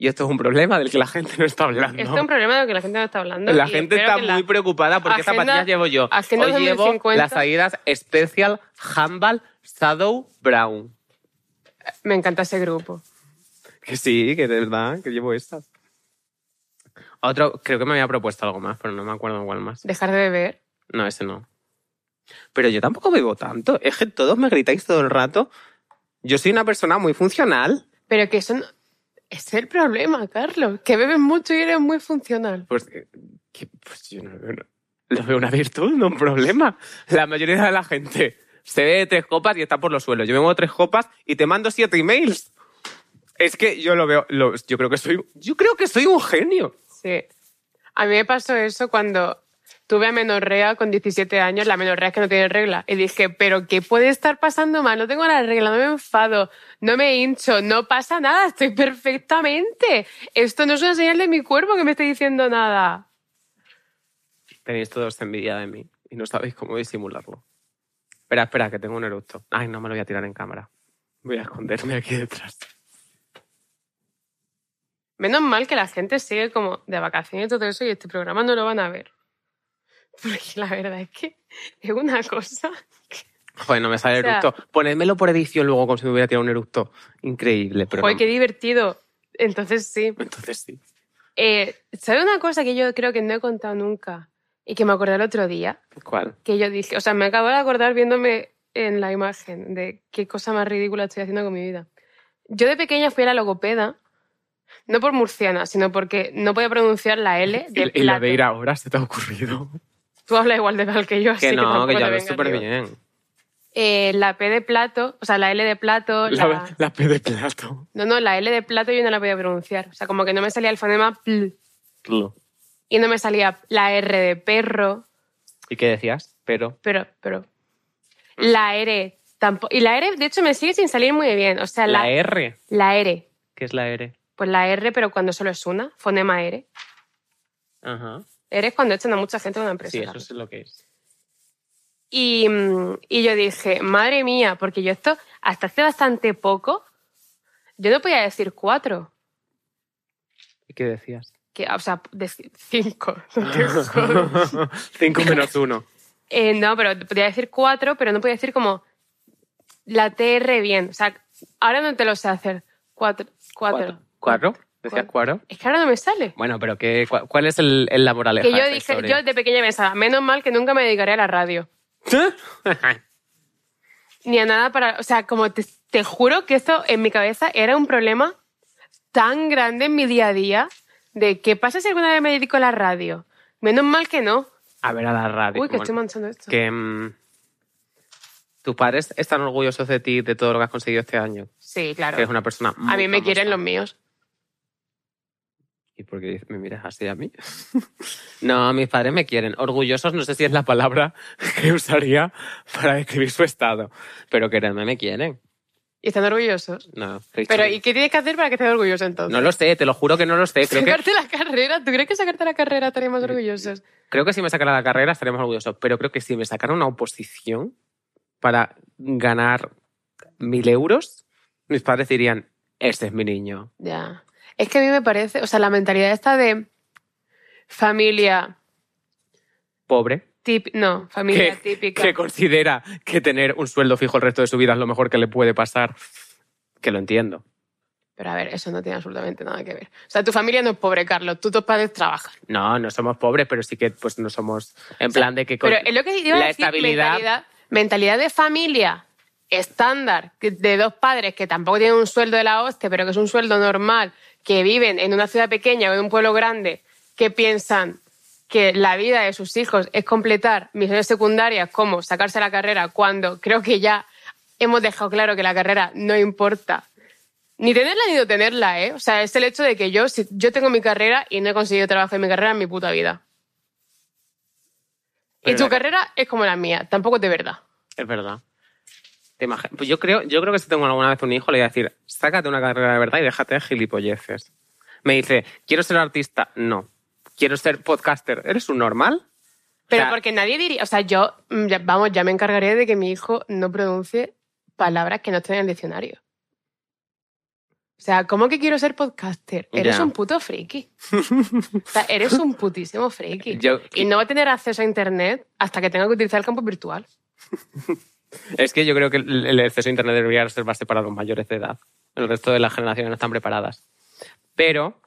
[SPEAKER 1] Y esto es un problema del que la gente no está hablando.
[SPEAKER 2] Esto es un problema de lo que la gente no está hablando.
[SPEAKER 1] La
[SPEAKER 2] y
[SPEAKER 1] gente
[SPEAKER 2] espero
[SPEAKER 1] está
[SPEAKER 2] que
[SPEAKER 1] muy
[SPEAKER 2] la-
[SPEAKER 1] preocupada porque
[SPEAKER 2] agenda-
[SPEAKER 1] zapatillas llevo yo.
[SPEAKER 2] agenda
[SPEAKER 1] Hoy llevo
[SPEAKER 2] 2050.
[SPEAKER 1] las Adidas Special Handball Shadow Brown.
[SPEAKER 2] Me encanta ese grupo.
[SPEAKER 1] Que sí, que de verdad, que llevo estas. Otro, creo que me había propuesto algo más, pero no me acuerdo cuál más.
[SPEAKER 2] Dejar de beber.
[SPEAKER 1] No, ese no. Pero yo tampoco bebo tanto. Es que todos me gritáis todo el rato. Yo soy una persona muy funcional.
[SPEAKER 2] Pero que eso no- es el problema, Carlos. Que bebes mucho y eres muy funcional.
[SPEAKER 1] Pues, eh, que- pues yo no lo veo, una- lo veo una virtud, no un problema. La mayoría de la gente se ve de tres copas y está por los suelos. Yo me muevo tres copas y te mando siete emails. Es que yo lo veo, lo- yo creo que soy, yo creo que soy un genio.
[SPEAKER 2] Sí. A mí me pasó eso cuando tuve amenorrea con 17 años. La amenorrea es que no tiene regla. Y dije, ¿pero qué puede estar pasando mal? No tengo la regla, no me enfado, no me hincho, no pasa nada, estoy perfectamente. Esto no es una señal de mi cuerpo que me esté diciendo nada.
[SPEAKER 1] Tenéis todos envidia de mí y no sabéis cómo disimularlo. Espera, espera, que tengo un eructo. Ay, no me lo voy a tirar en cámara. Voy a esconderme aquí detrás.
[SPEAKER 2] Menos mal que la gente sigue como de vacaciones y todo eso y este programa no lo van a ver. Porque la verdad es que es una cosa.
[SPEAKER 1] Joder, no me sale el
[SPEAKER 2] O sea-
[SPEAKER 1] eructo. Ponedmelo por edición luego como si me hubiera tirado un eructo. Increíble, pero
[SPEAKER 2] Joder,
[SPEAKER 1] no-
[SPEAKER 2] qué divertido. Entonces sí.
[SPEAKER 1] Entonces sí.
[SPEAKER 2] Eh, ¿Sabes una cosa que yo creo que no he contado nunca y que me acordé el otro día?
[SPEAKER 1] ¿Cuál?
[SPEAKER 2] Que yo dije, o sea, me acabo de acordar viéndome en la imagen de qué cosa más ridícula estoy haciendo con mi vida. Yo de pequeña fui a la logopeda, no por murciana, sino porque no podía pronunciar la L de
[SPEAKER 1] Y, y la de
[SPEAKER 2] plato.
[SPEAKER 1] ir ahora se te ha ocurrido.
[SPEAKER 2] Tú hablas igual de mal que yo, así
[SPEAKER 1] Que no,
[SPEAKER 2] tampoco
[SPEAKER 1] que
[SPEAKER 2] te
[SPEAKER 1] ya ves
[SPEAKER 2] vengas
[SPEAKER 1] súper
[SPEAKER 2] arriba.
[SPEAKER 1] bien.
[SPEAKER 2] Eh, la P de plato, o sea, la L de plato, la...
[SPEAKER 1] La, la P de plato.
[SPEAKER 2] No, no, la L de plato yo no la podía pronunciar. O sea, como que no me salía el fonema pl y no me salía la R de perro.
[SPEAKER 1] ¿Y qué decías? Pero.
[SPEAKER 2] pero, pero. La R tampoco. Y la R, de hecho, me sigue sin salir muy bien. O sea, la,
[SPEAKER 1] La E. R.
[SPEAKER 2] la R.
[SPEAKER 1] ¿Qué es la R?
[SPEAKER 2] Pues la R, pero cuando solo es una, fonema R.
[SPEAKER 1] Ajá.
[SPEAKER 2] R es cuando echan a mucha gente de una empresa.
[SPEAKER 1] Sí, eso
[SPEAKER 2] claro.
[SPEAKER 1] es lo que es.
[SPEAKER 2] y, mm, y yo dije, madre mía, porque yo esto, hasta hace bastante poco, yo no podía decir cuatro.
[SPEAKER 1] ¿Y qué decías?
[SPEAKER 2] Que, o sea, deci- cinco. no te jodas.
[SPEAKER 1] 5 menos 1.
[SPEAKER 2] Eh, no, pero podía decir cuatro, pero no podía decir como la TR bien. O sea, ahora no te lo sé hacer. Cuatro. Cuatro.
[SPEAKER 1] ¿Cuatro? ¿Decías cuatro?
[SPEAKER 2] Es que ahora no me sale.
[SPEAKER 1] Bueno, pero ¿qué, cua- ¿cuál es el, el la moraleja?
[SPEAKER 2] Que yo
[SPEAKER 1] de
[SPEAKER 2] dije,
[SPEAKER 1] esta
[SPEAKER 2] yo de pequeña pensaba, menos mal que nunca me dedicaré a la radio.
[SPEAKER 1] historia?
[SPEAKER 2] Ni a nada para. O sea, como te, te juro que esto en mi cabeza era un problema tan grande en mi día a día de qué pasa si alguna vez me dedico a la radio. Menos mal que no.
[SPEAKER 1] a ver, a la radio.
[SPEAKER 2] Uy, que
[SPEAKER 1] bueno,
[SPEAKER 2] estoy manchando esto.
[SPEAKER 1] que, mm, ¿Tus padres están orgullosos de ti, de todo lo que has conseguido este año?
[SPEAKER 2] Sí,
[SPEAKER 1] Que eres
[SPEAKER 2] claro.
[SPEAKER 1] una persona muy
[SPEAKER 2] A mí me
[SPEAKER 1] famosa.
[SPEAKER 2] quieren los míos.
[SPEAKER 1] ¿Y por qué me miras así a mí? no, mis padres me quieren. Orgullosos no sé si es la palabra que usaría para describir su estado, pero quererme me quieren.
[SPEAKER 2] Y están orgullosos.
[SPEAKER 1] No, qué
[SPEAKER 2] Pero,
[SPEAKER 1] chulo.
[SPEAKER 2] ¿y qué tienes que hacer para que estés orgulloso entonces?
[SPEAKER 1] no lo sé, te lo juro que no lo sé. Creo que,
[SPEAKER 2] Sacarte la carrera. ¿Tú crees que sacarte la carrera estaremos orgullosos?
[SPEAKER 1] creo que si me sacara la carrera estaremos orgullosos, pero creo que si me sacara una oposición para ganar mil euros, mis padres dirían, este es mi niño.
[SPEAKER 2] Ya. Es que a mí me parece, o sea, la mentalidad esta de familia
[SPEAKER 1] Pobre,
[SPEAKER 2] típica, no, familia
[SPEAKER 1] ¿Qué?
[SPEAKER 2] típica.
[SPEAKER 1] que considera que tener un sueldo fijo el resto de su vida es lo mejor que le puede pasar. Que lo entiendo.
[SPEAKER 2] Pero a ver, eso no tiene absolutamente nada que ver. O sea, tu familia no es pobre, Carlos. Tú, tus padres trabajan.
[SPEAKER 1] No, no somos pobres, pero sí que pues no somos en plan de que con-
[SPEAKER 2] Pero es lo que iba a
[SPEAKER 1] la
[SPEAKER 2] decir,
[SPEAKER 1] estabilidad-
[SPEAKER 2] mentalidad, mentalidad de familia estándar que- de dos padres que tampoco tienen un sueldo de la hostia, pero que es un sueldo normal, que viven en una ciudad pequeña o en un pueblo grande, que piensan que la vida de sus hijos es completar misiones secundarias como sacarse la carrera cuando creo que ya hemos dejado claro que la carrera no importa. Ni tenerla ni no tenerla, ¿eh? O sea, es el hecho de que yo, si yo tengo mi carrera y no he conseguido trabajo en mi carrera en mi puta vida.
[SPEAKER 1] Pero
[SPEAKER 2] y tu
[SPEAKER 1] la-
[SPEAKER 2] carrera es como la mía, tampoco es de verdad.
[SPEAKER 1] es verdad. Te imagi- pues yo creo, yo creo que si tengo alguna vez un hijo le voy a decir, sácate una carrera de verdad y déjate de gilipolleces. Me dice, quiero ser artista. No. Quiero ser podcaster. ¿Eres un normal?
[SPEAKER 2] Pero
[SPEAKER 1] O sea-
[SPEAKER 2] porque nadie diría, o sea, yo, mm, ya- vamos, ya me encargaré de que mi hijo no pronuncie palabras que no estén en el diccionario. O sea, ¿cómo que quiero ser podcaster? Eres
[SPEAKER 1] Ya.
[SPEAKER 2] un puto friki. O sea, eres un putísimo friki.
[SPEAKER 1] Yo-
[SPEAKER 2] Y no va a tener acceso a internet hasta que tenga que utilizar el campo virtual.
[SPEAKER 1] Es que yo creo que el el acceso a Internet debería reservarse para los mayores de edad. El resto de las generaciones no están preparadas. Pero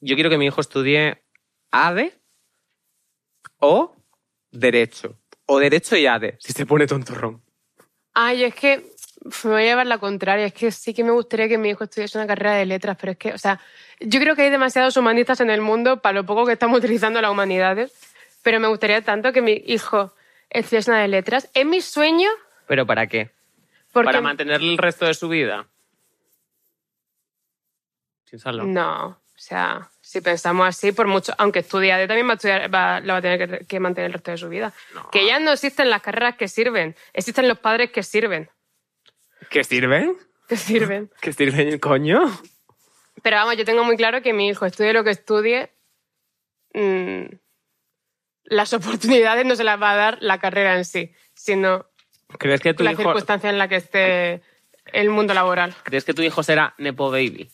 [SPEAKER 1] yo quiero que mi hijo estudie ADE o Derecho. O Derecho y ADE, si se pone tontorrón.
[SPEAKER 2] Ay, es que uf, me voy a llevar la contraria. Es que sí que me gustaría que mi hijo estudiase una carrera de letras, pero es que, o sea, yo creo que hay demasiados humanistas en el mundo para lo poco que estamos utilizando las humanidades. Pero me gustaría tanto que mi hijo estudiase una de letras. Es mi sueño
[SPEAKER 1] ¿Pero para qué?
[SPEAKER 2] porque.
[SPEAKER 1] ¿Para mantenerle el resto de su vida? Piénsalo.
[SPEAKER 2] No, o sea, si pensamos así, por mucho, aunque estudie AD, también va a estudiar, va- la va a tener que, que mantener el resto de su vida.
[SPEAKER 1] No.
[SPEAKER 2] Que ya no existen las carreras que sirven, existen los padres que sirven.
[SPEAKER 1] ¿Qué sirven?
[SPEAKER 2] Que sirven.
[SPEAKER 1] ¿Qué sirven, coño?
[SPEAKER 2] Pero vamos, yo tengo muy claro que mi hijo estudie lo que estudie, mm, las oportunidades no se las va a dar la carrera en sí, sino
[SPEAKER 1] ¿Crees que tu,
[SPEAKER 2] la
[SPEAKER 1] hijo,
[SPEAKER 2] circunstancia en la que esté el mundo laboral.
[SPEAKER 1] ¿crees que tu hijo será Nepo Baby?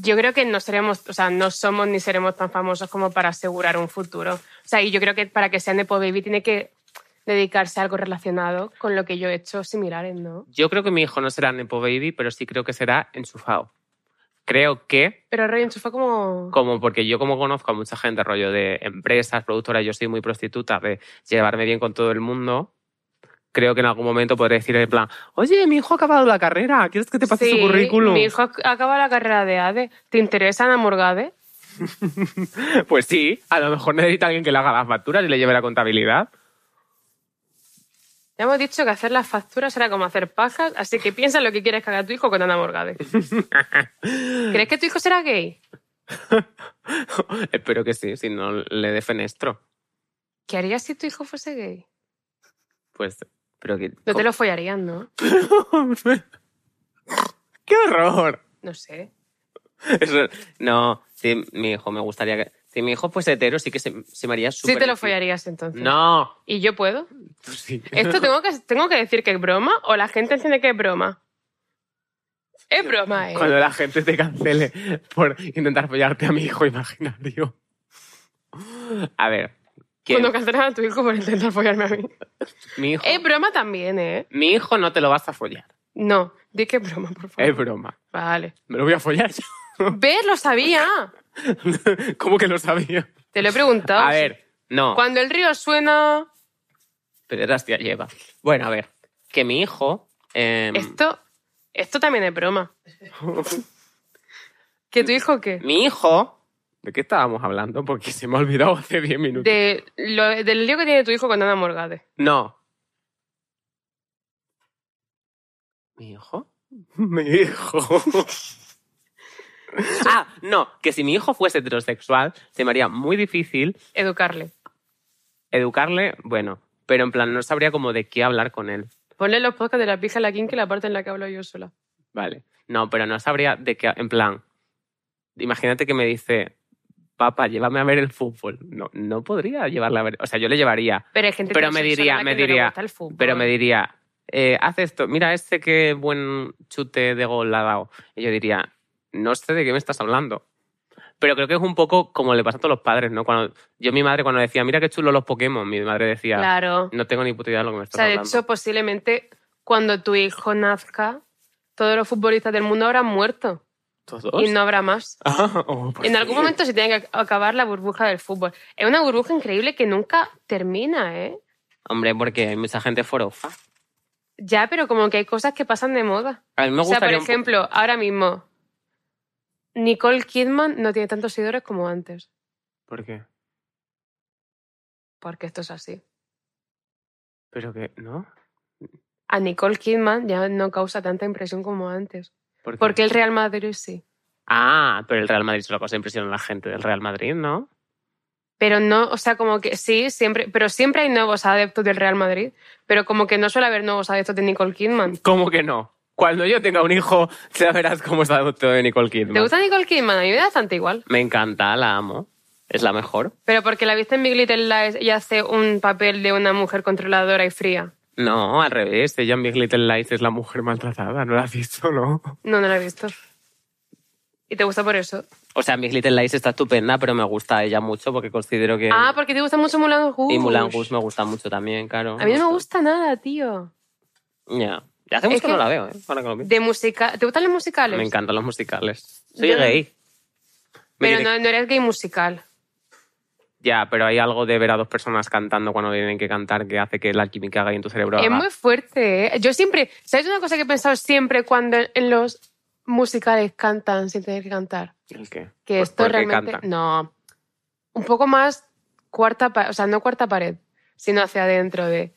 [SPEAKER 2] Yo creo que no seremos, o sea, no somos ni seremos tan famosos como para asegurar un futuro. O sea, y yo creo que para que sea Nepo Baby tiene que dedicarse a algo relacionado con lo que yo he hecho similares, ¿no?
[SPEAKER 1] Yo creo que mi hijo no será Nepo Baby, pero sí creo que será enchufado. Creo que,
[SPEAKER 2] Pero Roy fue como...
[SPEAKER 1] como porque yo como conozco a mucha gente, rollo de empresas, productoras, yo soy muy prostituta de llevarme bien con todo el mundo, creo que en algún momento podré decir en plan, oye, mi hijo ha acabado la carrera, ¿quieres que te pase
[SPEAKER 2] Sí,
[SPEAKER 1] su currículum?
[SPEAKER 2] mi hijo acaba la carrera de ADE. ¿Te interesa Ana Morgade?
[SPEAKER 1] Pues sí, a lo mejor necesita alguien que le haga las facturas y le lleve la contabilidad.
[SPEAKER 2] Ya hemos dicho que hacer las facturas era como hacer pajas, así que piensa en lo que quieres que haga tu hijo con Ana Morgade. ¿Crees que tu hijo será gay?
[SPEAKER 1] Espero que sí, si no le defenestro.
[SPEAKER 2] ¿Qué harías si tu hijo fuese gay?
[SPEAKER 1] Pues, pero que...
[SPEAKER 2] No te lo follarías, ¿no?
[SPEAKER 1] ¡Qué horror!
[SPEAKER 2] No sé.
[SPEAKER 1] Eso- no, si mi hijo me gustaría que. Si mi hijo fuese hetero, sí que se, se me haría súper.
[SPEAKER 2] Sí te lo
[SPEAKER 1] difícil.
[SPEAKER 2] follarías entonces.
[SPEAKER 1] No,
[SPEAKER 2] ¿Y yo puedo?
[SPEAKER 1] tú sí.
[SPEAKER 2] ¿Esto tengo que, tengo que decir que es broma o la gente entiende que es broma? Es broma, ¿eh?
[SPEAKER 1] Cuando la gente te cancele por intentar follarte a mi hijo imaginario. A ver. que
[SPEAKER 2] Cuando cancelas a tu hijo por intentar follarme a mí.
[SPEAKER 1] mi, hijo,
[SPEAKER 2] Es broma también, ¿eh?
[SPEAKER 1] mi hijo no te lo vas a follar.
[SPEAKER 2] No, di que es broma, por favor.
[SPEAKER 1] Es broma.
[SPEAKER 2] Vale.
[SPEAKER 1] Me lo voy a follar yo.
[SPEAKER 2] ¿Ves? Lo sabía.
[SPEAKER 1] ¿Cómo que lo sabía?
[SPEAKER 2] Te lo he preguntado.
[SPEAKER 1] A ver, no.
[SPEAKER 2] Cuando el río suena...
[SPEAKER 1] Pero hostia lleva. Bueno, a ver. Que mi hijo. em,
[SPEAKER 2] Esto, esto también es broma. ¿Que tu hijo qué?
[SPEAKER 1] Mi hijo. ¿De qué estábamos hablando? Porque se me ha olvidado hace 10 minutos.
[SPEAKER 2] De lo- del lío que tiene tu hijo con Ana Morgade.
[SPEAKER 1] No. ¿Mi hijo? Mi hijo. ah, no, que si mi hijo fuese heterosexual, se me haría muy difícil
[SPEAKER 2] Educarle.
[SPEAKER 1] educarle, bueno, pero en plan no sabría como de qué hablar con él.
[SPEAKER 2] Ponle los podcasts de la pija a la quinca y la parte en la que hablo yo sola.
[SPEAKER 1] Vale. No, pero no sabría de qué, en plan, imagínate que me dice, papá, llévame a ver el fútbol. No, no podría llevarle a ver, o sea, yo le llevaría,
[SPEAKER 2] Pero hay gente
[SPEAKER 1] Pero me
[SPEAKER 2] heterosexual
[SPEAKER 1] diría-
[SPEAKER 2] a la que
[SPEAKER 1] me
[SPEAKER 2] no le
[SPEAKER 1] diría-
[SPEAKER 2] gusta el fútbol.
[SPEAKER 1] pero me diría, eh, haz esto, mira este qué buen chute de gol ha dado. Y yo diría, no sé de qué me estás hablando. Pero creo que es un poco como le pasa a todos los padres, ¿no? Cuando, yo mi madre cuando decía, mira qué chulo los Pokémon, mi madre decía,
[SPEAKER 2] Claro.
[SPEAKER 1] no tengo ni puta idea de lo que me
[SPEAKER 2] O
[SPEAKER 1] estás
[SPEAKER 2] sea, de
[SPEAKER 1] hablando.
[SPEAKER 2] hecho, posiblemente cuando tu hijo nazca, todos los futbolistas del mundo habrán muerto
[SPEAKER 1] ¿Todos?
[SPEAKER 2] y no habrá más.
[SPEAKER 1] Ah, oh, pues
[SPEAKER 2] En
[SPEAKER 1] sí.
[SPEAKER 2] algún momento se tiene que acabar la burbuja del fútbol. Es una burbuja increíble que nunca termina, ¿eh?
[SPEAKER 1] Hombre, porque hay mucha gente forofa.
[SPEAKER 2] Ya, pero como que hay cosas que pasan de moda.
[SPEAKER 1] A mí me
[SPEAKER 2] O sea, por
[SPEAKER 1] gustaría un po-
[SPEAKER 2] ejemplo, ahora mismo, Nicole Kidman no tiene tantos seguidores como antes,
[SPEAKER 1] ¿Por qué?
[SPEAKER 2] porque esto es así.
[SPEAKER 1] Pero que, ¿no?
[SPEAKER 2] A Nicole Kidman ya no causa tanta impresión como antes,
[SPEAKER 1] ¿Por qué?
[SPEAKER 2] porque el Real Madrid sí.
[SPEAKER 1] Ah, pero el Real Madrid solo cosa impresiona a la gente del Real Madrid, ¿no?
[SPEAKER 2] Pero no, o sea, como que sí, siempre, pero siempre hay nuevos adeptos del Real Madrid, pero como que no suele haber nuevos adeptos de Nicole Kidman.
[SPEAKER 1] ¿Cómo que no? Cuando yo tenga un hijo, ya verás cómo está adulto de Nicole Kidman.
[SPEAKER 2] ¿Te gusta Nicole Kidman? A mí me da bastante igual.
[SPEAKER 1] Me encanta, la amo. Es la mejor.
[SPEAKER 2] Pero porque la viste en Big Little Lies y hace un papel de una mujer controladora y fría.
[SPEAKER 1] No, al revés. Ella en Big Little Lies es la mujer maltratada. ¿No la has visto, no?
[SPEAKER 2] No, no la he visto. ¿Y te gusta por eso?
[SPEAKER 1] O sea, Big Little Lies está estupenda, pero me gusta a ella mucho porque considero que...
[SPEAKER 2] Ah, porque te gusta mucho Mulan Rouge.
[SPEAKER 1] y Mulan Rouge Ah, me gusta mucho también, claro.
[SPEAKER 2] A mí no me gusta nada, tío.
[SPEAKER 1] Ya. Ya hace mucho
[SPEAKER 2] Es
[SPEAKER 1] que
[SPEAKER 2] que-
[SPEAKER 1] no la veo, ¿eh? Ahora que lo pienso.
[SPEAKER 2] De música. ¿Te gustan los musicales?
[SPEAKER 1] Me encantan los musicales. Soy
[SPEAKER 2] Yo-
[SPEAKER 1] gay. Me
[SPEAKER 2] Pero
[SPEAKER 1] diré-
[SPEAKER 2] no, no eres gay musical.
[SPEAKER 1] Ya, pero hay algo de ver a dos personas cantando cuando tienen que cantar que hace que la química gay en tu cerebro. Ah,
[SPEAKER 2] Es
[SPEAKER 1] haga-
[SPEAKER 2] muy fuerte, ¿eh? Yo siempre. ¿Sabes una cosa que he pensado siempre cuando en los musicales cantan sin tener que cantar?
[SPEAKER 1] ¿El qué?
[SPEAKER 2] Que
[SPEAKER 1] Pues
[SPEAKER 2] esto
[SPEAKER 1] porque
[SPEAKER 2] realmente.
[SPEAKER 1] cantan.
[SPEAKER 2] No. Un poco más cuarta pared. O sea, no cuarta pared, sino hacia adentro de.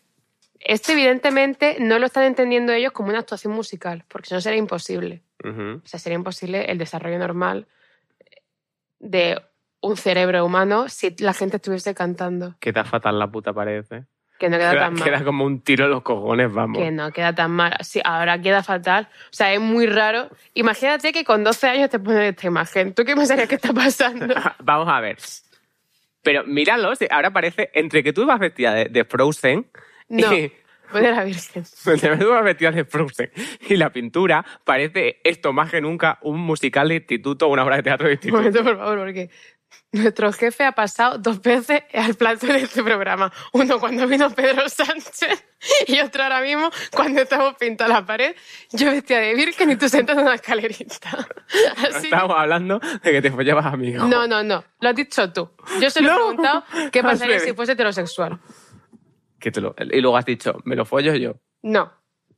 [SPEAKER 2] Esto, evidentemente, no lo están entendiendo ellos como una actuación musical, porque si no sería imposible.
[SPEAKER 1] Ujú.
[SPEAKER 2] O sea, sería imposible el desarrollo normal de un cerebro humano si la gente estuviese cantando.
[SPEAKER 1] Queda fatal la puta pared, ¿eh?
[SPEAKER 2] Que no queda,
[SPEAKER 1] Queda,
[SPEAKER 2] tan mal.
[SPEAKER 1] queda como un tiro en los cojones, vamos.
[SPEAKER 2] Que no queda tan mal. Sí, ahora queda fatal. O sea, es muy raro. Imagínate que con 12 años te ponen esta imagen. ¿Tú qué pensarías que está pasando?
[SPEAKER 1] Vamos a ver. Pero míralo, si ahora parece, entre que tú ibas vestida de, de Frozen
[SPEAKER 2] No,
[SPEAKER 1] y...
[SPEAKER 2] pone la Virgen.
[SPEAKER 1] entre que tú ibas vestida de Frozen y la pintura, parece esto más que nunca un musical de instituto, una obra de teatro de
[SPEAKER 2] Un
[SPEAKER 1] instituto.
[SPEAKER 2] momento, por favor, porque nuestro jefe ha pasado dos veces al plato de este programa. Uno cuando vino Pedro Sánchez y otro ahora mismo cuando estamos pintando la pared. Yo vestía de virgen y tú sentada en una escalerita. Así que-
[SPEAKER 1] Estamos hablando de que te follabas a mi hijo.
[SPEAKER 2] No, no, no. Lo has dicho tú. Yo solo
[SPEAKER 1] No.
[SPEAKER 2] he preguntado qué
[SPEAKER 1] Al
[SPEAKER 2] pasaría si
[SPEAKER 1] revés.
[SPEAKER 2] fuese heterosexual.
[SPEAKER 1] Que te lo- y luego has dicho, me lo follo yo.
[SPEAKER 2] No.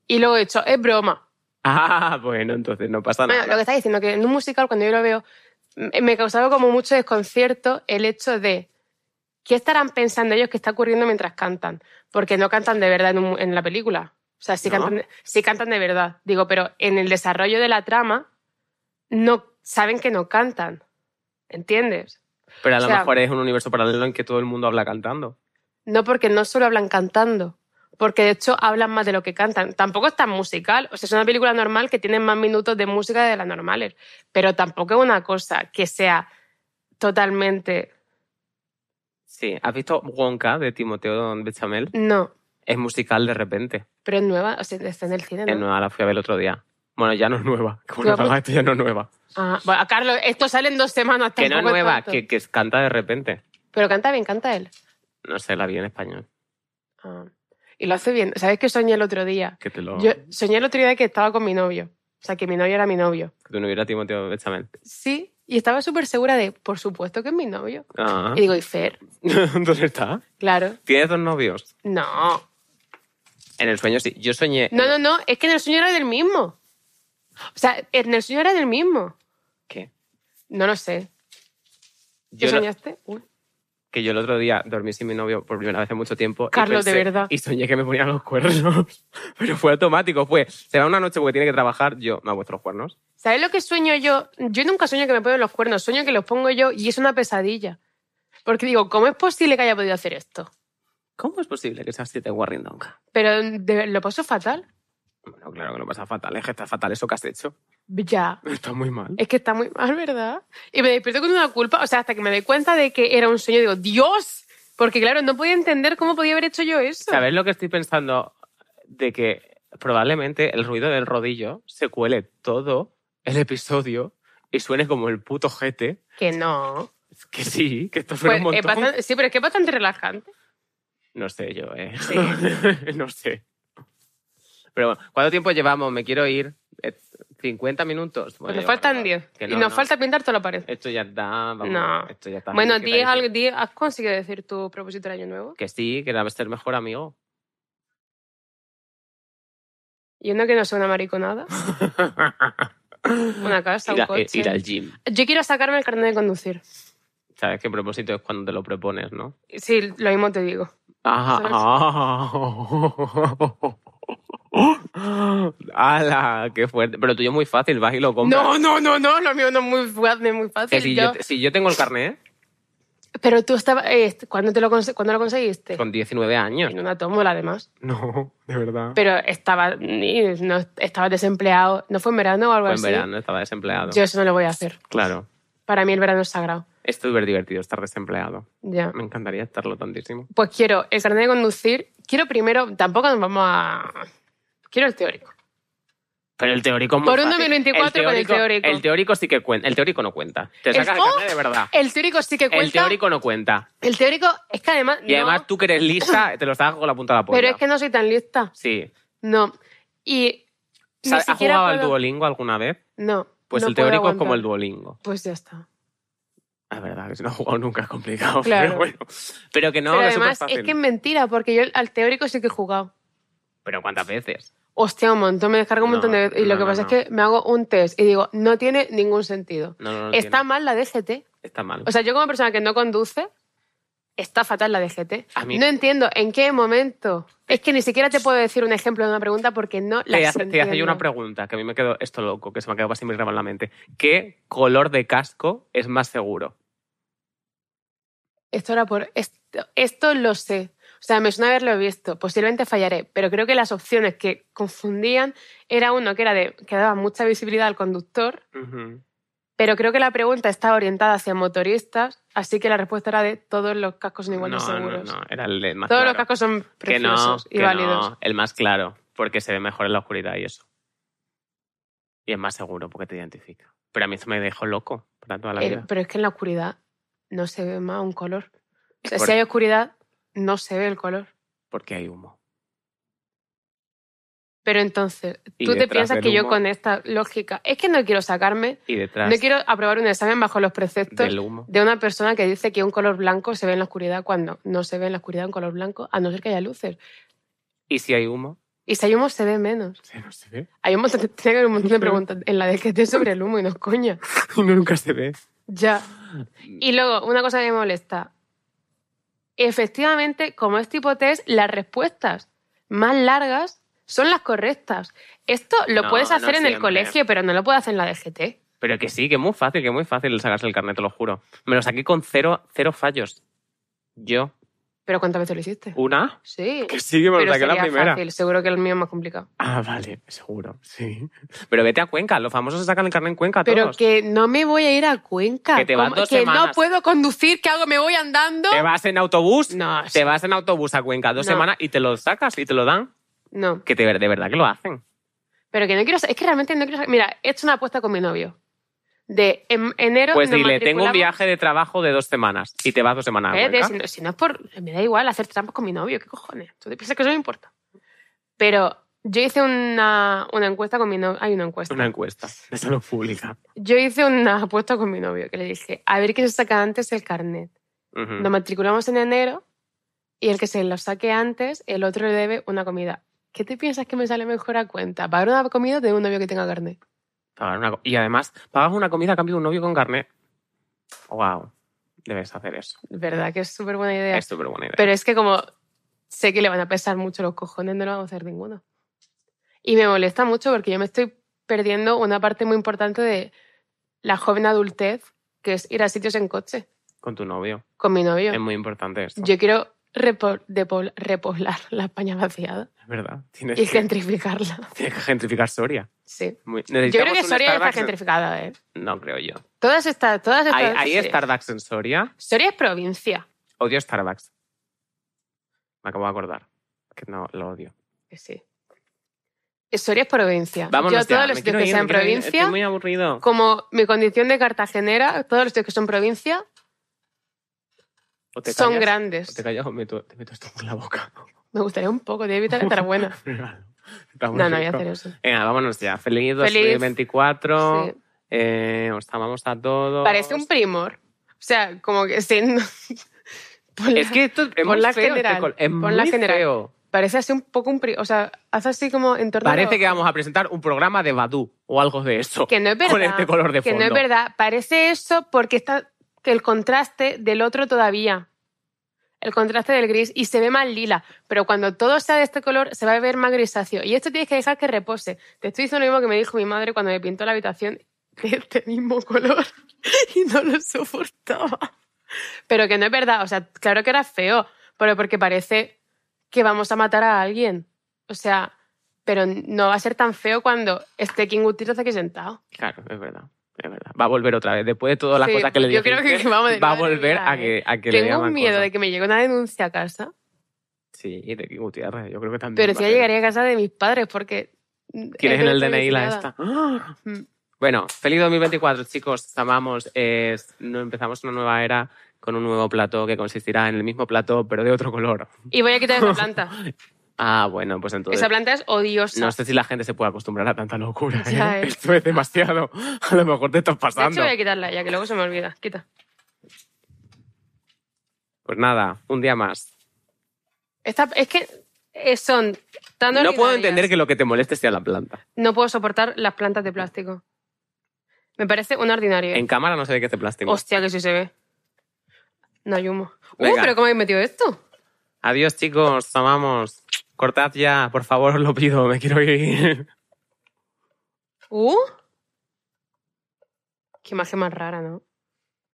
[SPEAKER 2] Y luego he dicho, es broma.
[SPEAKER 1] Ah, bueno, entonces no pasa
[SPEAKER 2] Bueno,
[SPEAKER 1] nada.
[SPEAKER 2] lo que estás diciendo, que en un musical, cuando yo lo veo, m- me causaba como mucho desconcierto el hecho de qué estarán pensando ellos que está ocurriendo mientras cantan. Porque no cantan de verdad en, un- en la película. O sea, sí,
[SPEAKER 1] ¿No?
[SPEAKER 2] cantan, de- sí cantan de verdad. Digo, pero en el desarrollo de la trama, no saben que no cantan. ¿Entiendes?
[SPEAKER 1] Pero a
[SPEAKER 2] o
[SPEAKER 1] lo
[SPEAKER 2] sea-
[SPEAKER 1] mejor es un universo paralelo en que todo el mundo habla cantando.
[SPEAKER 2] No, porque no solo hablan cantando, porque de hecho hablan más de lo que cantan. Tampoco es tan musical, o sea, es una película normal que tiene más minutos de música de las normales, pero tampoco es una cosa que sea totalmente...
[SPEAKER 1] Sí. ¿Has visto Wonka de Timoteo Bechamel?
[SPEAKER 2] No,
[SPEAKER 1] Es musical de repente.
[SPEAKER 2] pero es nueva, o sea, está en el cine,
[SPEAKER 1] Es
[SPEAKER 2] ¿no?
[SPEAKER 1] nueva, la fui a ver el otro día. Bueno, ya no es nueva. Como
[SPEAKER 2] Nueva.
[SPEAKER 1] nos haga esto ya no es nueva.
[SPEAKER 2] Ah, bueno, Carlos, esto sale en dos semanas.
[SPEAKER 1] Que no es
[SPEAKER 2] tampoco
[SPEAKER 1] nueva,
[SPEAKER 2] tanto.
[SPEAKER 1] que, que canta de repente.
[SPEAKER 2] Pero canta bien, canta él.
[SPEAKER 1] No sé, la vi en español.
[SPEAKER 2] Ah, Y lo hace bien. ¿Sabes qué soñé el otro día?
[SPEAKER 1] Que te lo...
[SPEAKER 2] Yo soñé el otro día que estaba con mi novio, o sea, que mi novio era mi novio.
[SPEAKER 1] Que tú no hubieras Timoteo Bechamel.
[SPEAKER 2] Sí, y estaba súper segura de, por supuesto que es mi novio.
[SPEAKER 1] Ah.
[SPEAKER 2] Y digo, y Fer,
[SPEAKER 1] ¿Dónde está?
[SPEAKER 2] claro.
[SPEAKER 1] ¿Tienes dos novios?
[SPEAKER 2] No.
[SPEAKER 1] En el sueño sí. Yo soñé...
[SPEAKER 2] No, no, no. Es que en el sueño era del mismo. O sea, en el sueño era del mismo.
[SPEAKER 1] ¿Qué?
[SPEAKER 2] No lo sé. ¿Qué
[SPEAKER 1] Yo, no-
[SPEAKER 2] soñaste? Uy.
[SPEAKER 1] que yo el otro día dormí sin mi novio por primera vez en mucho tiempo. y
[SPEAKER 2] Carlos, de
[SPEAKER 1] pensé-
[SPEAKER 2] verdad.
[SPEAKER 1] Y soñé que me ponían los cuernos. Pero fue automático, fue. Se va una noche porque tiene que trabajar, yo me ha puesto los cuernos.
[SPEAKER 2] ¿Sabes lo que sueño yo? Yo nunca sueño que me ponen los cuernos, sueño que los pongo yo y es una pesadilla. Porque digo, ¿cómo es posible que haya podido hacer esto?
[SPEAKER 1] ¿Cómo es posible que seas siete guarrindonga?
[SPEAKER 2] Pero de- lo paso fatal.
[SPEAKER 1] Bueno, claro que lo pasa fatal, es que está fatal eso que has hecho.
[SPEAKER 2] Ya.
[SPEAKER 1] Está muy mal.
[SPEAKER 2] Es que está muy mal, ¿verdad? Y me despierto con una culpa, o sea, hasta que me doy cuenta de que era un sueño, digo, ¡Dios! Porque claro, no podía entender cómo podía haber hecho yo eso.
[SPEAKER 1] ¿Sabes lo que estoy pensando? De que probablemente el ruido del rodillo se cuele todo el episodio y suene como el puto jete.
[SPEAKER 2] Que no.
[SPEAKER 1] Que sí, que esto suena
[SPEAKER 2] Pues,
[SPEAKER 1] un
[SPEAKER 2] es
[SPEAKER 1] montón.
[SPEAKER 2] bastan- sí, pero es que es bastante relajante. Pues
[SPEAKER 1] No sé yo, ¿eh?
[SPEAKER 2] Sí.
[SPEAKER 1] no sé. Pero bueno, ¿cuánto tiempo llevamos? Me quiero ir. Eh, ¿50 minutos?
[SPEAKER 2] Pues
[SPEAKER 1] Bueno,
[SPEAKER 2] nos
[SPEAKER 1] yo-
[SPEAKER 2] faltan
[SPEAKER 1] bueno,
[SPEAKER 2] 10.
[SPEAKER 1] que
[SPEAKER 2] Y
[SPEAKER 1] no,
[SPEAKER 2] nos
[SPEAKER 1] no.
[SPEAKER 2] falta pintar toda la pared.
[SPEAKER 1] Esto ya está. Vamos,
[SPEAKER 2] No.
[SPEAKER 1] Esto ya está.
[SPEAKER 2] bueno,
[SPEAKER 1] ¿Qué te
[SPEAKER 2] di
[SPEAKER 1] dice?
[SPEAKER 2] algo- di- ¿has conseguido decir tu propósito del año nuevo?
[SPEAKER 1] Que sí, que era ser mejor amigo.
[SPEAKER 2] Y uno que no sea una mariconada, una casa,
[SPEAKER 1] ir,
[SPEAKER 2] un
[SPEAKER 1] a- eh,
[SPEAKER 2] coche.
[SPEAKER 1] ir al gym.
[SPEAKER 2] Yo quiero sacarme el carnet de conducir.
[SPEAKER 1] ¿Sabes qué propósito es cuando te lo propones, no?
[SPEAKER 2] Sí, lo mismo te digo. ¿Sabes?
[SPEAKER 1] Ah, ¡Hala! ¡Qué fuerte! Pero tuyo es muy fácil, vas y lo compras.
[SPEAKER 2] No, no, no, no, lo mío no es muy fugaz ni muy
[SPEAKER 1] Que
[SPEAKER 2] fácil.
[SPEAKER 1] si,
[SPEAKER 2] yo-
[SPEAKER 1] yo, si yo tengo el carnet
[SPEAKER 2] Pero tú estabas... eh, ¿cuándo, te lo conse- cuándo lo conseguiste?
[SPEAKER 1] con 19 años.
[SPEAKER 2] En una tómbola, además.
[SPEAKER 1] No, de verdad.
[SPEAKER 2] Pero estaba, ni- no, estaba desempleado. ¿No fue en verano o algo
[SPEAKER 1] Fue en
[SPEAKER 2] así?
[SPEAKER 1] verano, estaba desempleado.
[SPEAKER 2] Pues Yo eso no lo voy a hacer.
[SPEAKER 1] Claro.
[SPEAKER 2] Para mí el verano es sagrado.
[SPEAKER 1] Es súper divertido estar desempleado.
[SPEAKER 2] Ya.
[SPEAKER 1] Me encantaría estarlo tantísimo.
[SPEAKER 2] Pues quiero el carnet de conducir. Quiero primero... Tampoco nos vamos a... Quiero el teórico.
[SPEAKER 1] Pero el teórico es muy
[SPEAKER 2] Por un
[SPEAKER 1] fácil.
[SPEAKER 2] 2024 con el teórico.
[SPEAKER 1] El teórico sí que cuenta. El teórico no cuenta. Te
[SPEAKER 2] El-
[SPEAKER 1] sacas el,
[SPEAKER 2] ¡Oh!
[SPEAKER 1] carnet de verdad.
[SPEAKER 2] El teórico sí que cuenta.
[SPEAKER 1] El teórico no cuenta.
[SPEAKER 2] El teórico es que además...
[SPEAKER 1] Y
[SPEAKER 2] no,
[SPEAKER 1] además tú pues, que eres lista, te lo sacas con la punta de la polla.
[SPEAKER 2] Pero es que no soy tan lista.
[SPEAKER 1] Sí.
[SPEAKER 2] No. Y... ni
[SPEAKER 1] ¿Has
[SPEAKER 2] siquiera
[SPEAKER 1] jugado al
[SPEAKER 2] puedo-
[SPEAKER 1] Duolingo alguna vez?
[SPEAKER 2] No.
[SPEAKER 1] Pues
[SPEAKER 2] no
[SPEAKER 1] el
[SPEAKER 2] puedo
[SPEAKER 1] teórico es como
[SPEAKER 2] aguantar.
[SPEAKER 1] el Duolingo.
[SPEAKER 2] Pues ya está.
[SPEAKER 1] Es verdad, que si no has jugado nunca es complicado.
[SPEAKER 2] Claro.
[SPEAKER 1] Pero bueno. Pero que no,
[SPEAKER 2] Pero
[SPEAKER 1] que es
[SPEAKER 2] además
[SPEAKER 1] superfácil.
[SPEAKER 2] es que es mentira, porque yo al teórico sí que he jugado.
[SPEAKER 1] Pero ¿cuántas veces?
[SPEAKER 2] Hostia, un montón, me descargo un
[SPEAKER 1] No,
[SPEAKER 2] montón de veces. Y
[SPEAKER 1] no,
[SPEAKER 2] lo que
[SPEAKER 1] no,
[SPEAKER 2] pasa
[SPEAKER 1] no.
[SPEAKER 2] es que me hago un test y digo, no tiene ningún sentido.
[SPEAKER 1] No, no, no
[SPEAKER 2] está
[SPEAKER 1] tiene.
[SPEAKER 2] mal la DGT.
[SPEAKER 1] Está mal.
[SPEAKER 2] O sea, yo como persona que no conduce, está fatal la DGT.
[SPEAKER 1] A mí-
[SPEAKER 2] No entiendo en qué momento. Es que ni siquiera te puedo decir un ejemplo de una pregunta porque no la
[SPEAKER 1] te, hace, te hace yo una pregunta que a mí me quedó esto loco, que se me ha quedado para siempre grabado en la mente. ¿Qué color de casco es más seguro?
[SPEAKER 2] Esto era por. Esto, esto lo sé. O sea, me suena haberlo visto. Posiblemente fallaré, pero creo que las opciones que confundían era uno que era de que daba mucha visibilidad al conductor,
[SPEAKER 1] Ujú.
[SPEAKER 2] pero creo que la pregunta estaba orientada hacia motoristas, así que la respuesta era de todos los cascos son igual de
[SPEAKER 1] no, no,
[SPEAKER 2] seguros.
[SPEAKER 1] no, era el de más
[SPEAKER 2] Todos los
[SPEAKER 1] claro.
[SPEAKER 2] cascos son
[SPEAKER 1] que no,
[SPEAKER 2] preciosos y
[SPEAKER 1] que
[SPEAKER 2] válidos.
[SPEAKER 1] no, el más claro, porque se ve mejor en la oscuridad y eso. Y es más seguro porque te identifica. Pero a mí eso me dejó loco para toda la
[SPEAKER 2] Eh,
[SPEAKER 1] vida.
[SPEAKER 2] pero es que en la oscuridad no se ve más un color. O sea,
[SPEAKER 1] Por-
[SPEAKER 2] si hay oscuridad, no se ve el color.
[SPEAKER 1] Porque hay humo.
[SPEAKER 2] Pero entonces,
[SPEAKER 1] Y
[SPEAKER 2] tú te
[SPEAKER 1] detrás
[SPEAKER 2] piensas
[SPEAKER 1] del
[SPEAKER 2] que yo
[SPEAKER 1] humo-
[SPEAKER 2] con esta lógica, es que no quiero sacarme,
[SPEAKER 1] Y detrás
[SPEAKER 2] no quiero aprobar un examen bajo los preceptos
[SPEAKER 1] del humo.
[SPEAKER 2] de una persona que dice que un color blanco se ve en la oscuridad cuando no se ve en la oscuridad un color blanco, a no ser que haya luces.
[SPEAKER 1] Y si hay humo,
[SPEAKER 2] Y si hay humo, se ve menos.
[SPEAKER 1] se no se ve.
[SPEAKER 2] Hay un montón, tiene que haber un montón de preguntas en la de que esté sobre el humo y no es coña.
[SPEAKER 1] Y nunca se ve.
[SPEAKER 2] Ya. Y luego, una cosa que me molesta. Efectivamente, como es tipo test, las respuestas más largas son las correctas. Esto lo
[SPEAKER 1] No,
[SPEAKER 2] puedes
[SPEAKER 1] no
[SPEAKER 2] hacer en el
[SPEAKER 1] siempre.
[SPEAKER 2] colegio, pero no lo puedes hacer en la DGT.
[SPEAKER 1] Pero que sí, que es muy fácil, que es muy fácil sacarse el carnet, te lo juro. Me lo saqué con cero, cero fallos. Yo.
[SPEAKER 2] ¿Pero cuántas veces lo hiciste?
[SPEAKER 1] ¿Una?
[SPEAKER 2] Sí.
[SPEAKER 1] sí, que
[SPEAKER 2] pero sería fácil. Seguro que el mío es más complicado.
[SPEAKER 1] Ah, vale, seguro, sí. Pero vete a Cuenca, los famosos se sacan el carnet en Cuenca
[SPEAKER 2] Pero
[SPEAKER 1] todos.
[SPEAKER 2] que no me voy a ir a Cuenca.
[SPEAKER 1] Que te vas
[SPEAKER 2] ¿Cómo?
[SPEAKER 1] dos
[SPEAKER 2] Que no
[SPEAKER 1] semanas.
[SPEAKER 2] puedo conducir, ¿qué hago? ¿Me voy andando?
[SPEAKER 1] Te vas en autobús,
[SPEAKER 2] No, sí.
[SPEAKER 1] te vas en autobús a Cuenca dos
[SPEAKER 2] No.
[SPEAKER 1] semanas y te lo sacas y te lo dan.
[SPEAKER 2] no.
[SPEAKER 1] Que te- de verdad que lo hacen.
[SPEAKER 2] Pero que no quiero... sa- Es que realmente no quiero... sa- Mira, he hecho una apuesta con mi novio. De en enero...
[SPEAKER 1] Pues
[SPEAKER 2] nos
[SPEAKER 1] dile, tengo un
[SPEAKER 2] matriculamos-
[SPEAKER 1] viaje de trabajo de dos semanas y te vas dos semanas a
[SPEAKER 2] Eh, de-
[SPEAKER 1] Cuenca.
[SPEAKER 2] si, no, si no es por. Me da igual hacer trampas con mi novio, ¿qué cojones? ¿Tú te piensas que eso me importa? Pero yo hice una, una encuesta con mi novio. Hay una encuesta.
[SPEAKER 1] Una encuesta de salud pública.
[SPEAKER 2] Yo hice una apuesta con mi novio que le dije: a ver quién se saca antes el carnet.
[SPEAKER 1] Ujú.
[SPEAKER 2] Nos matriculamos en enero y el que se lo saque antes, el otro le debe una comida. ¿Qué te piensas que me sale mejor a cuenta? ¿Pagar una comida o tener un novio que tenga carnet?
[SPEAKER 1] Pagar una co- Y además, pagas una comida a cambio de un novio con carnet. Wow. Debes hacer eso.
[SPEAKER 2] Verdad que es súper buena idea.
[SPEAKER 1] Es súper buena idea.
[SPEAKER 2] Pero es que como sé que le van a pesar mucho los cojones, no lo vamos a hacer ninguno. Y me molesta mucho porque yo me estoy perdiendo una parte muy importante de la joven adultez, que es ir a sitios en coche
[SPEAKER 1] Con tu novio.
[SPEAKER 2] con mi novio.
[SPEAKER 1] Es muy importante esto.
[SPEAKER 2] Yo quiero repo- depol- repoblar la España vaciada
[SPEAKER 1] Es verdad. Tienes
[SPEAKER 2] y
[SPEAKER 1] que,
[SPEAKER 2] gentrificarla.
[SPEAKER 1] tienes que gentrificar Soria.
[SPEAKER 2] Sí.
[SPEAKER 1] Muy-
[SPEAKER 2] Yo creo
[SPEAKER 1] necesitamos
[SPEAKER 2] que
[SPEAKER 1] un
[SPEAKER 2] Soria ya está
[SPEAKER 1] Starbucks en-
[SPEAKER 2] gentrificada, ¿eh?
[SPEAKER 1] No creo yo.
[SPEAKER 2] Todas estas... Todas estas
[SPEAKER 1] Hay, hay
[SPEAKER 2] sí.
[SPEAKER 1] Starbucks en Soria.
[SPEAKER 2] Soria es provincia.
[SPEAKER 1] Odio Starbucks. Me acabo de acordar. Que no, lo odio.
[SPEAKER 2] Que sí. Soria es provincia.
[SPEAKER 1] Vámonos
[SPEAKER 2] Yo todos
[SPEAKER 1] ya, me
[SPEAKER 2] los sitios
[SPEAKER 1] quiero
[SPEAKER 2] que
[SPEAKER 1] ir,
[SPEAKER 2] sean
[SPEAKER 1] me quiero ir, eh,
[SPEAKER 2] provincia...
[SPEAKER 1] Estoy muy aburrido.
[SPEAKER 2] como mi condición de cartagenera, todos los que son provincia
[SPEAKER 1] O te
[SPEAKER 2] son
[SPEAKER 1] callas, o
[SPEAKER 2] grandes.
[SPEAKER 1] te callas o meto- te meto esto por la boca.
[SPEAKER 2] Me gustaría un poco, de evitar estar buena.
[SPEAKER 1] Regalo. Está muy
[SPEAKER 2] No, no voy a
[SPEAKER 1] rico.
[SPEAKER 2] hacer eso.
[SPEAKER 1] Venga, vámonos ya. Feliz
[SPEAKER 2] Feliz-
[SPEAKER 1] 2024.
[SPEAKER 2] Sí.
[SPEAKER 1] Eh, os amamos a todos.
[SPEAKER 2] Parece un primor. O sea, como que Pues siendo. Por la-
[SPEAKER 1] Es que esto es muy
[SPEAKER 2] la
[SPEAKER 1] feo, este
[SPEAKER 2] general,
[SPEAKER 1] col- es
[SPEAKER 2] pon la
[SPEAKER 1] muy
[SPEAKER 2] general.
[SPEAKER 1] feo.
[SPEAKER 2] Parece así un poco un primor. O sea, hace así como en torno
[SPEAKER 1] Parece que vamos a presentar un programa de Badu o algo de eso.
[SPEAKER 2] Que no es verdad.
[SPEAKER 1] Con este color de
[SPEAKER 2] que
[SPEAKER 1] fondo.
[SPEAKER 2] no es verdad. Parece eso porque está que el contraste del otro todavía. El contraste del gris y se ve más lila. Pero cuando todo sea de este color, se va a ver más grisáceo. Y esto tienes que dejar que repose. Te estoy diciendo lo mismo que me dijo mi madre cuando me pintó la habitación de este mismo color. Y no lo soportaba. Pero que no es verdad. O sea, claro que era feo. Pero porque parece que vamos a matar a alguien. O sea, pero no va a ser tan feo cuando esté King Utilo aquí sentado.
[SPEAKER 1] Claro, es verdad. Es verdad. Va a volver otra vez. Después de todas las
[SPEAKER 2] Sí,
[SPEAKER 1] cosas que le
[SPEAKER 2] yo
[SPEAKER 1] dijiste,
[SPEAKER 2] creo que vamos de
[SPEAKER 1] va a
[SPEAKER 2] nuevo a
[SPEAKER 1] volver
[SPEAKER 2] Navidad,
[SPEAKER 1] a que, a que le
[SPEAKER 2] Tengo
[SPEAKER 1] llaman
[SPEAKER 2] un miedo
[SPEAKER 1] cosas.
[SPEAKER 2] de que me llegue una denuncia a casa,
[SPEAKER 1] Sí, y de que Gutiérrez, yo creo que también.
[SPEAKER 2] pero
[SPEAKER 1] va
[SPEAKER 2] si
[SPEAKER 1] a
[SPEAKER 2] ya
[SPEAKER 1] ser.
[SPEAKER 2] llegaría a casa de mis padres porque...
[SPEAKER 1] Tienes
[SPEAKER 2] eh,
[SPEAKER 1] en el
[SPEAKER 2] estoy
[SPEAKER 1] DNI la
[SPEAKER 2] desesperada.
[SPEAKER 1] esta. ¡Ah!
[SPEAKER 2] Mm.
[SPEAKER 1] Bueno, feliz 2024, chicos. Os amamos. Eh, no- empezamos una nueva era con un nuevo plato que consistirá en el mismo plato, pero de otro color.
[SPEAKER 2] Y voy a quitar esa planta.
[SPEAKER 1] Ah, bueno, pues entonces.
[SPEAKER 2] esa planta es odiosa.
[SPEAKER 1] No sé si la gente se puede acostumbrar a tanta locura. ¿eh?
[SPEAKER 2] Ya, eh.
[SPEAKER 1] Esto es demasiado. A lo mejor te estás
[SPEAKER 2] de hecho, eh,
[SPEAKER 1] pasando.
[SPEAKER 2] voy a quitarla ya, que luego se me olvida. Quita.
[SPEAKER 1] Pues nada, un día más.
[SPEAKER 2] Esta, es que eh, son tan
[SPEAKER 1] No puedo
[SPEAKER 2] ordinarias.
[SPEAKER 1] entender que lo que te moleste sea la planta.
[SPEAKER 2] No puedo soportar las plantas de plástico. Me parece un ordinario.
[SPEAKER 1] En cámara no sé de qué te plástico.
[SPEAKER 2] Hostia, que sí se ve. No hay humo. Uh,
[SPEAKER 1] Venga.
[SPEAKER 2] pero ¿cómo habéis metido esto?
[SPEAKER 1] Adiós, chicos. Os amamos. Cortad ya, por favor, os lo pido. Me quiero ir.
[SPEAKER 2] Uh. Qué imagen más rara, ¿no?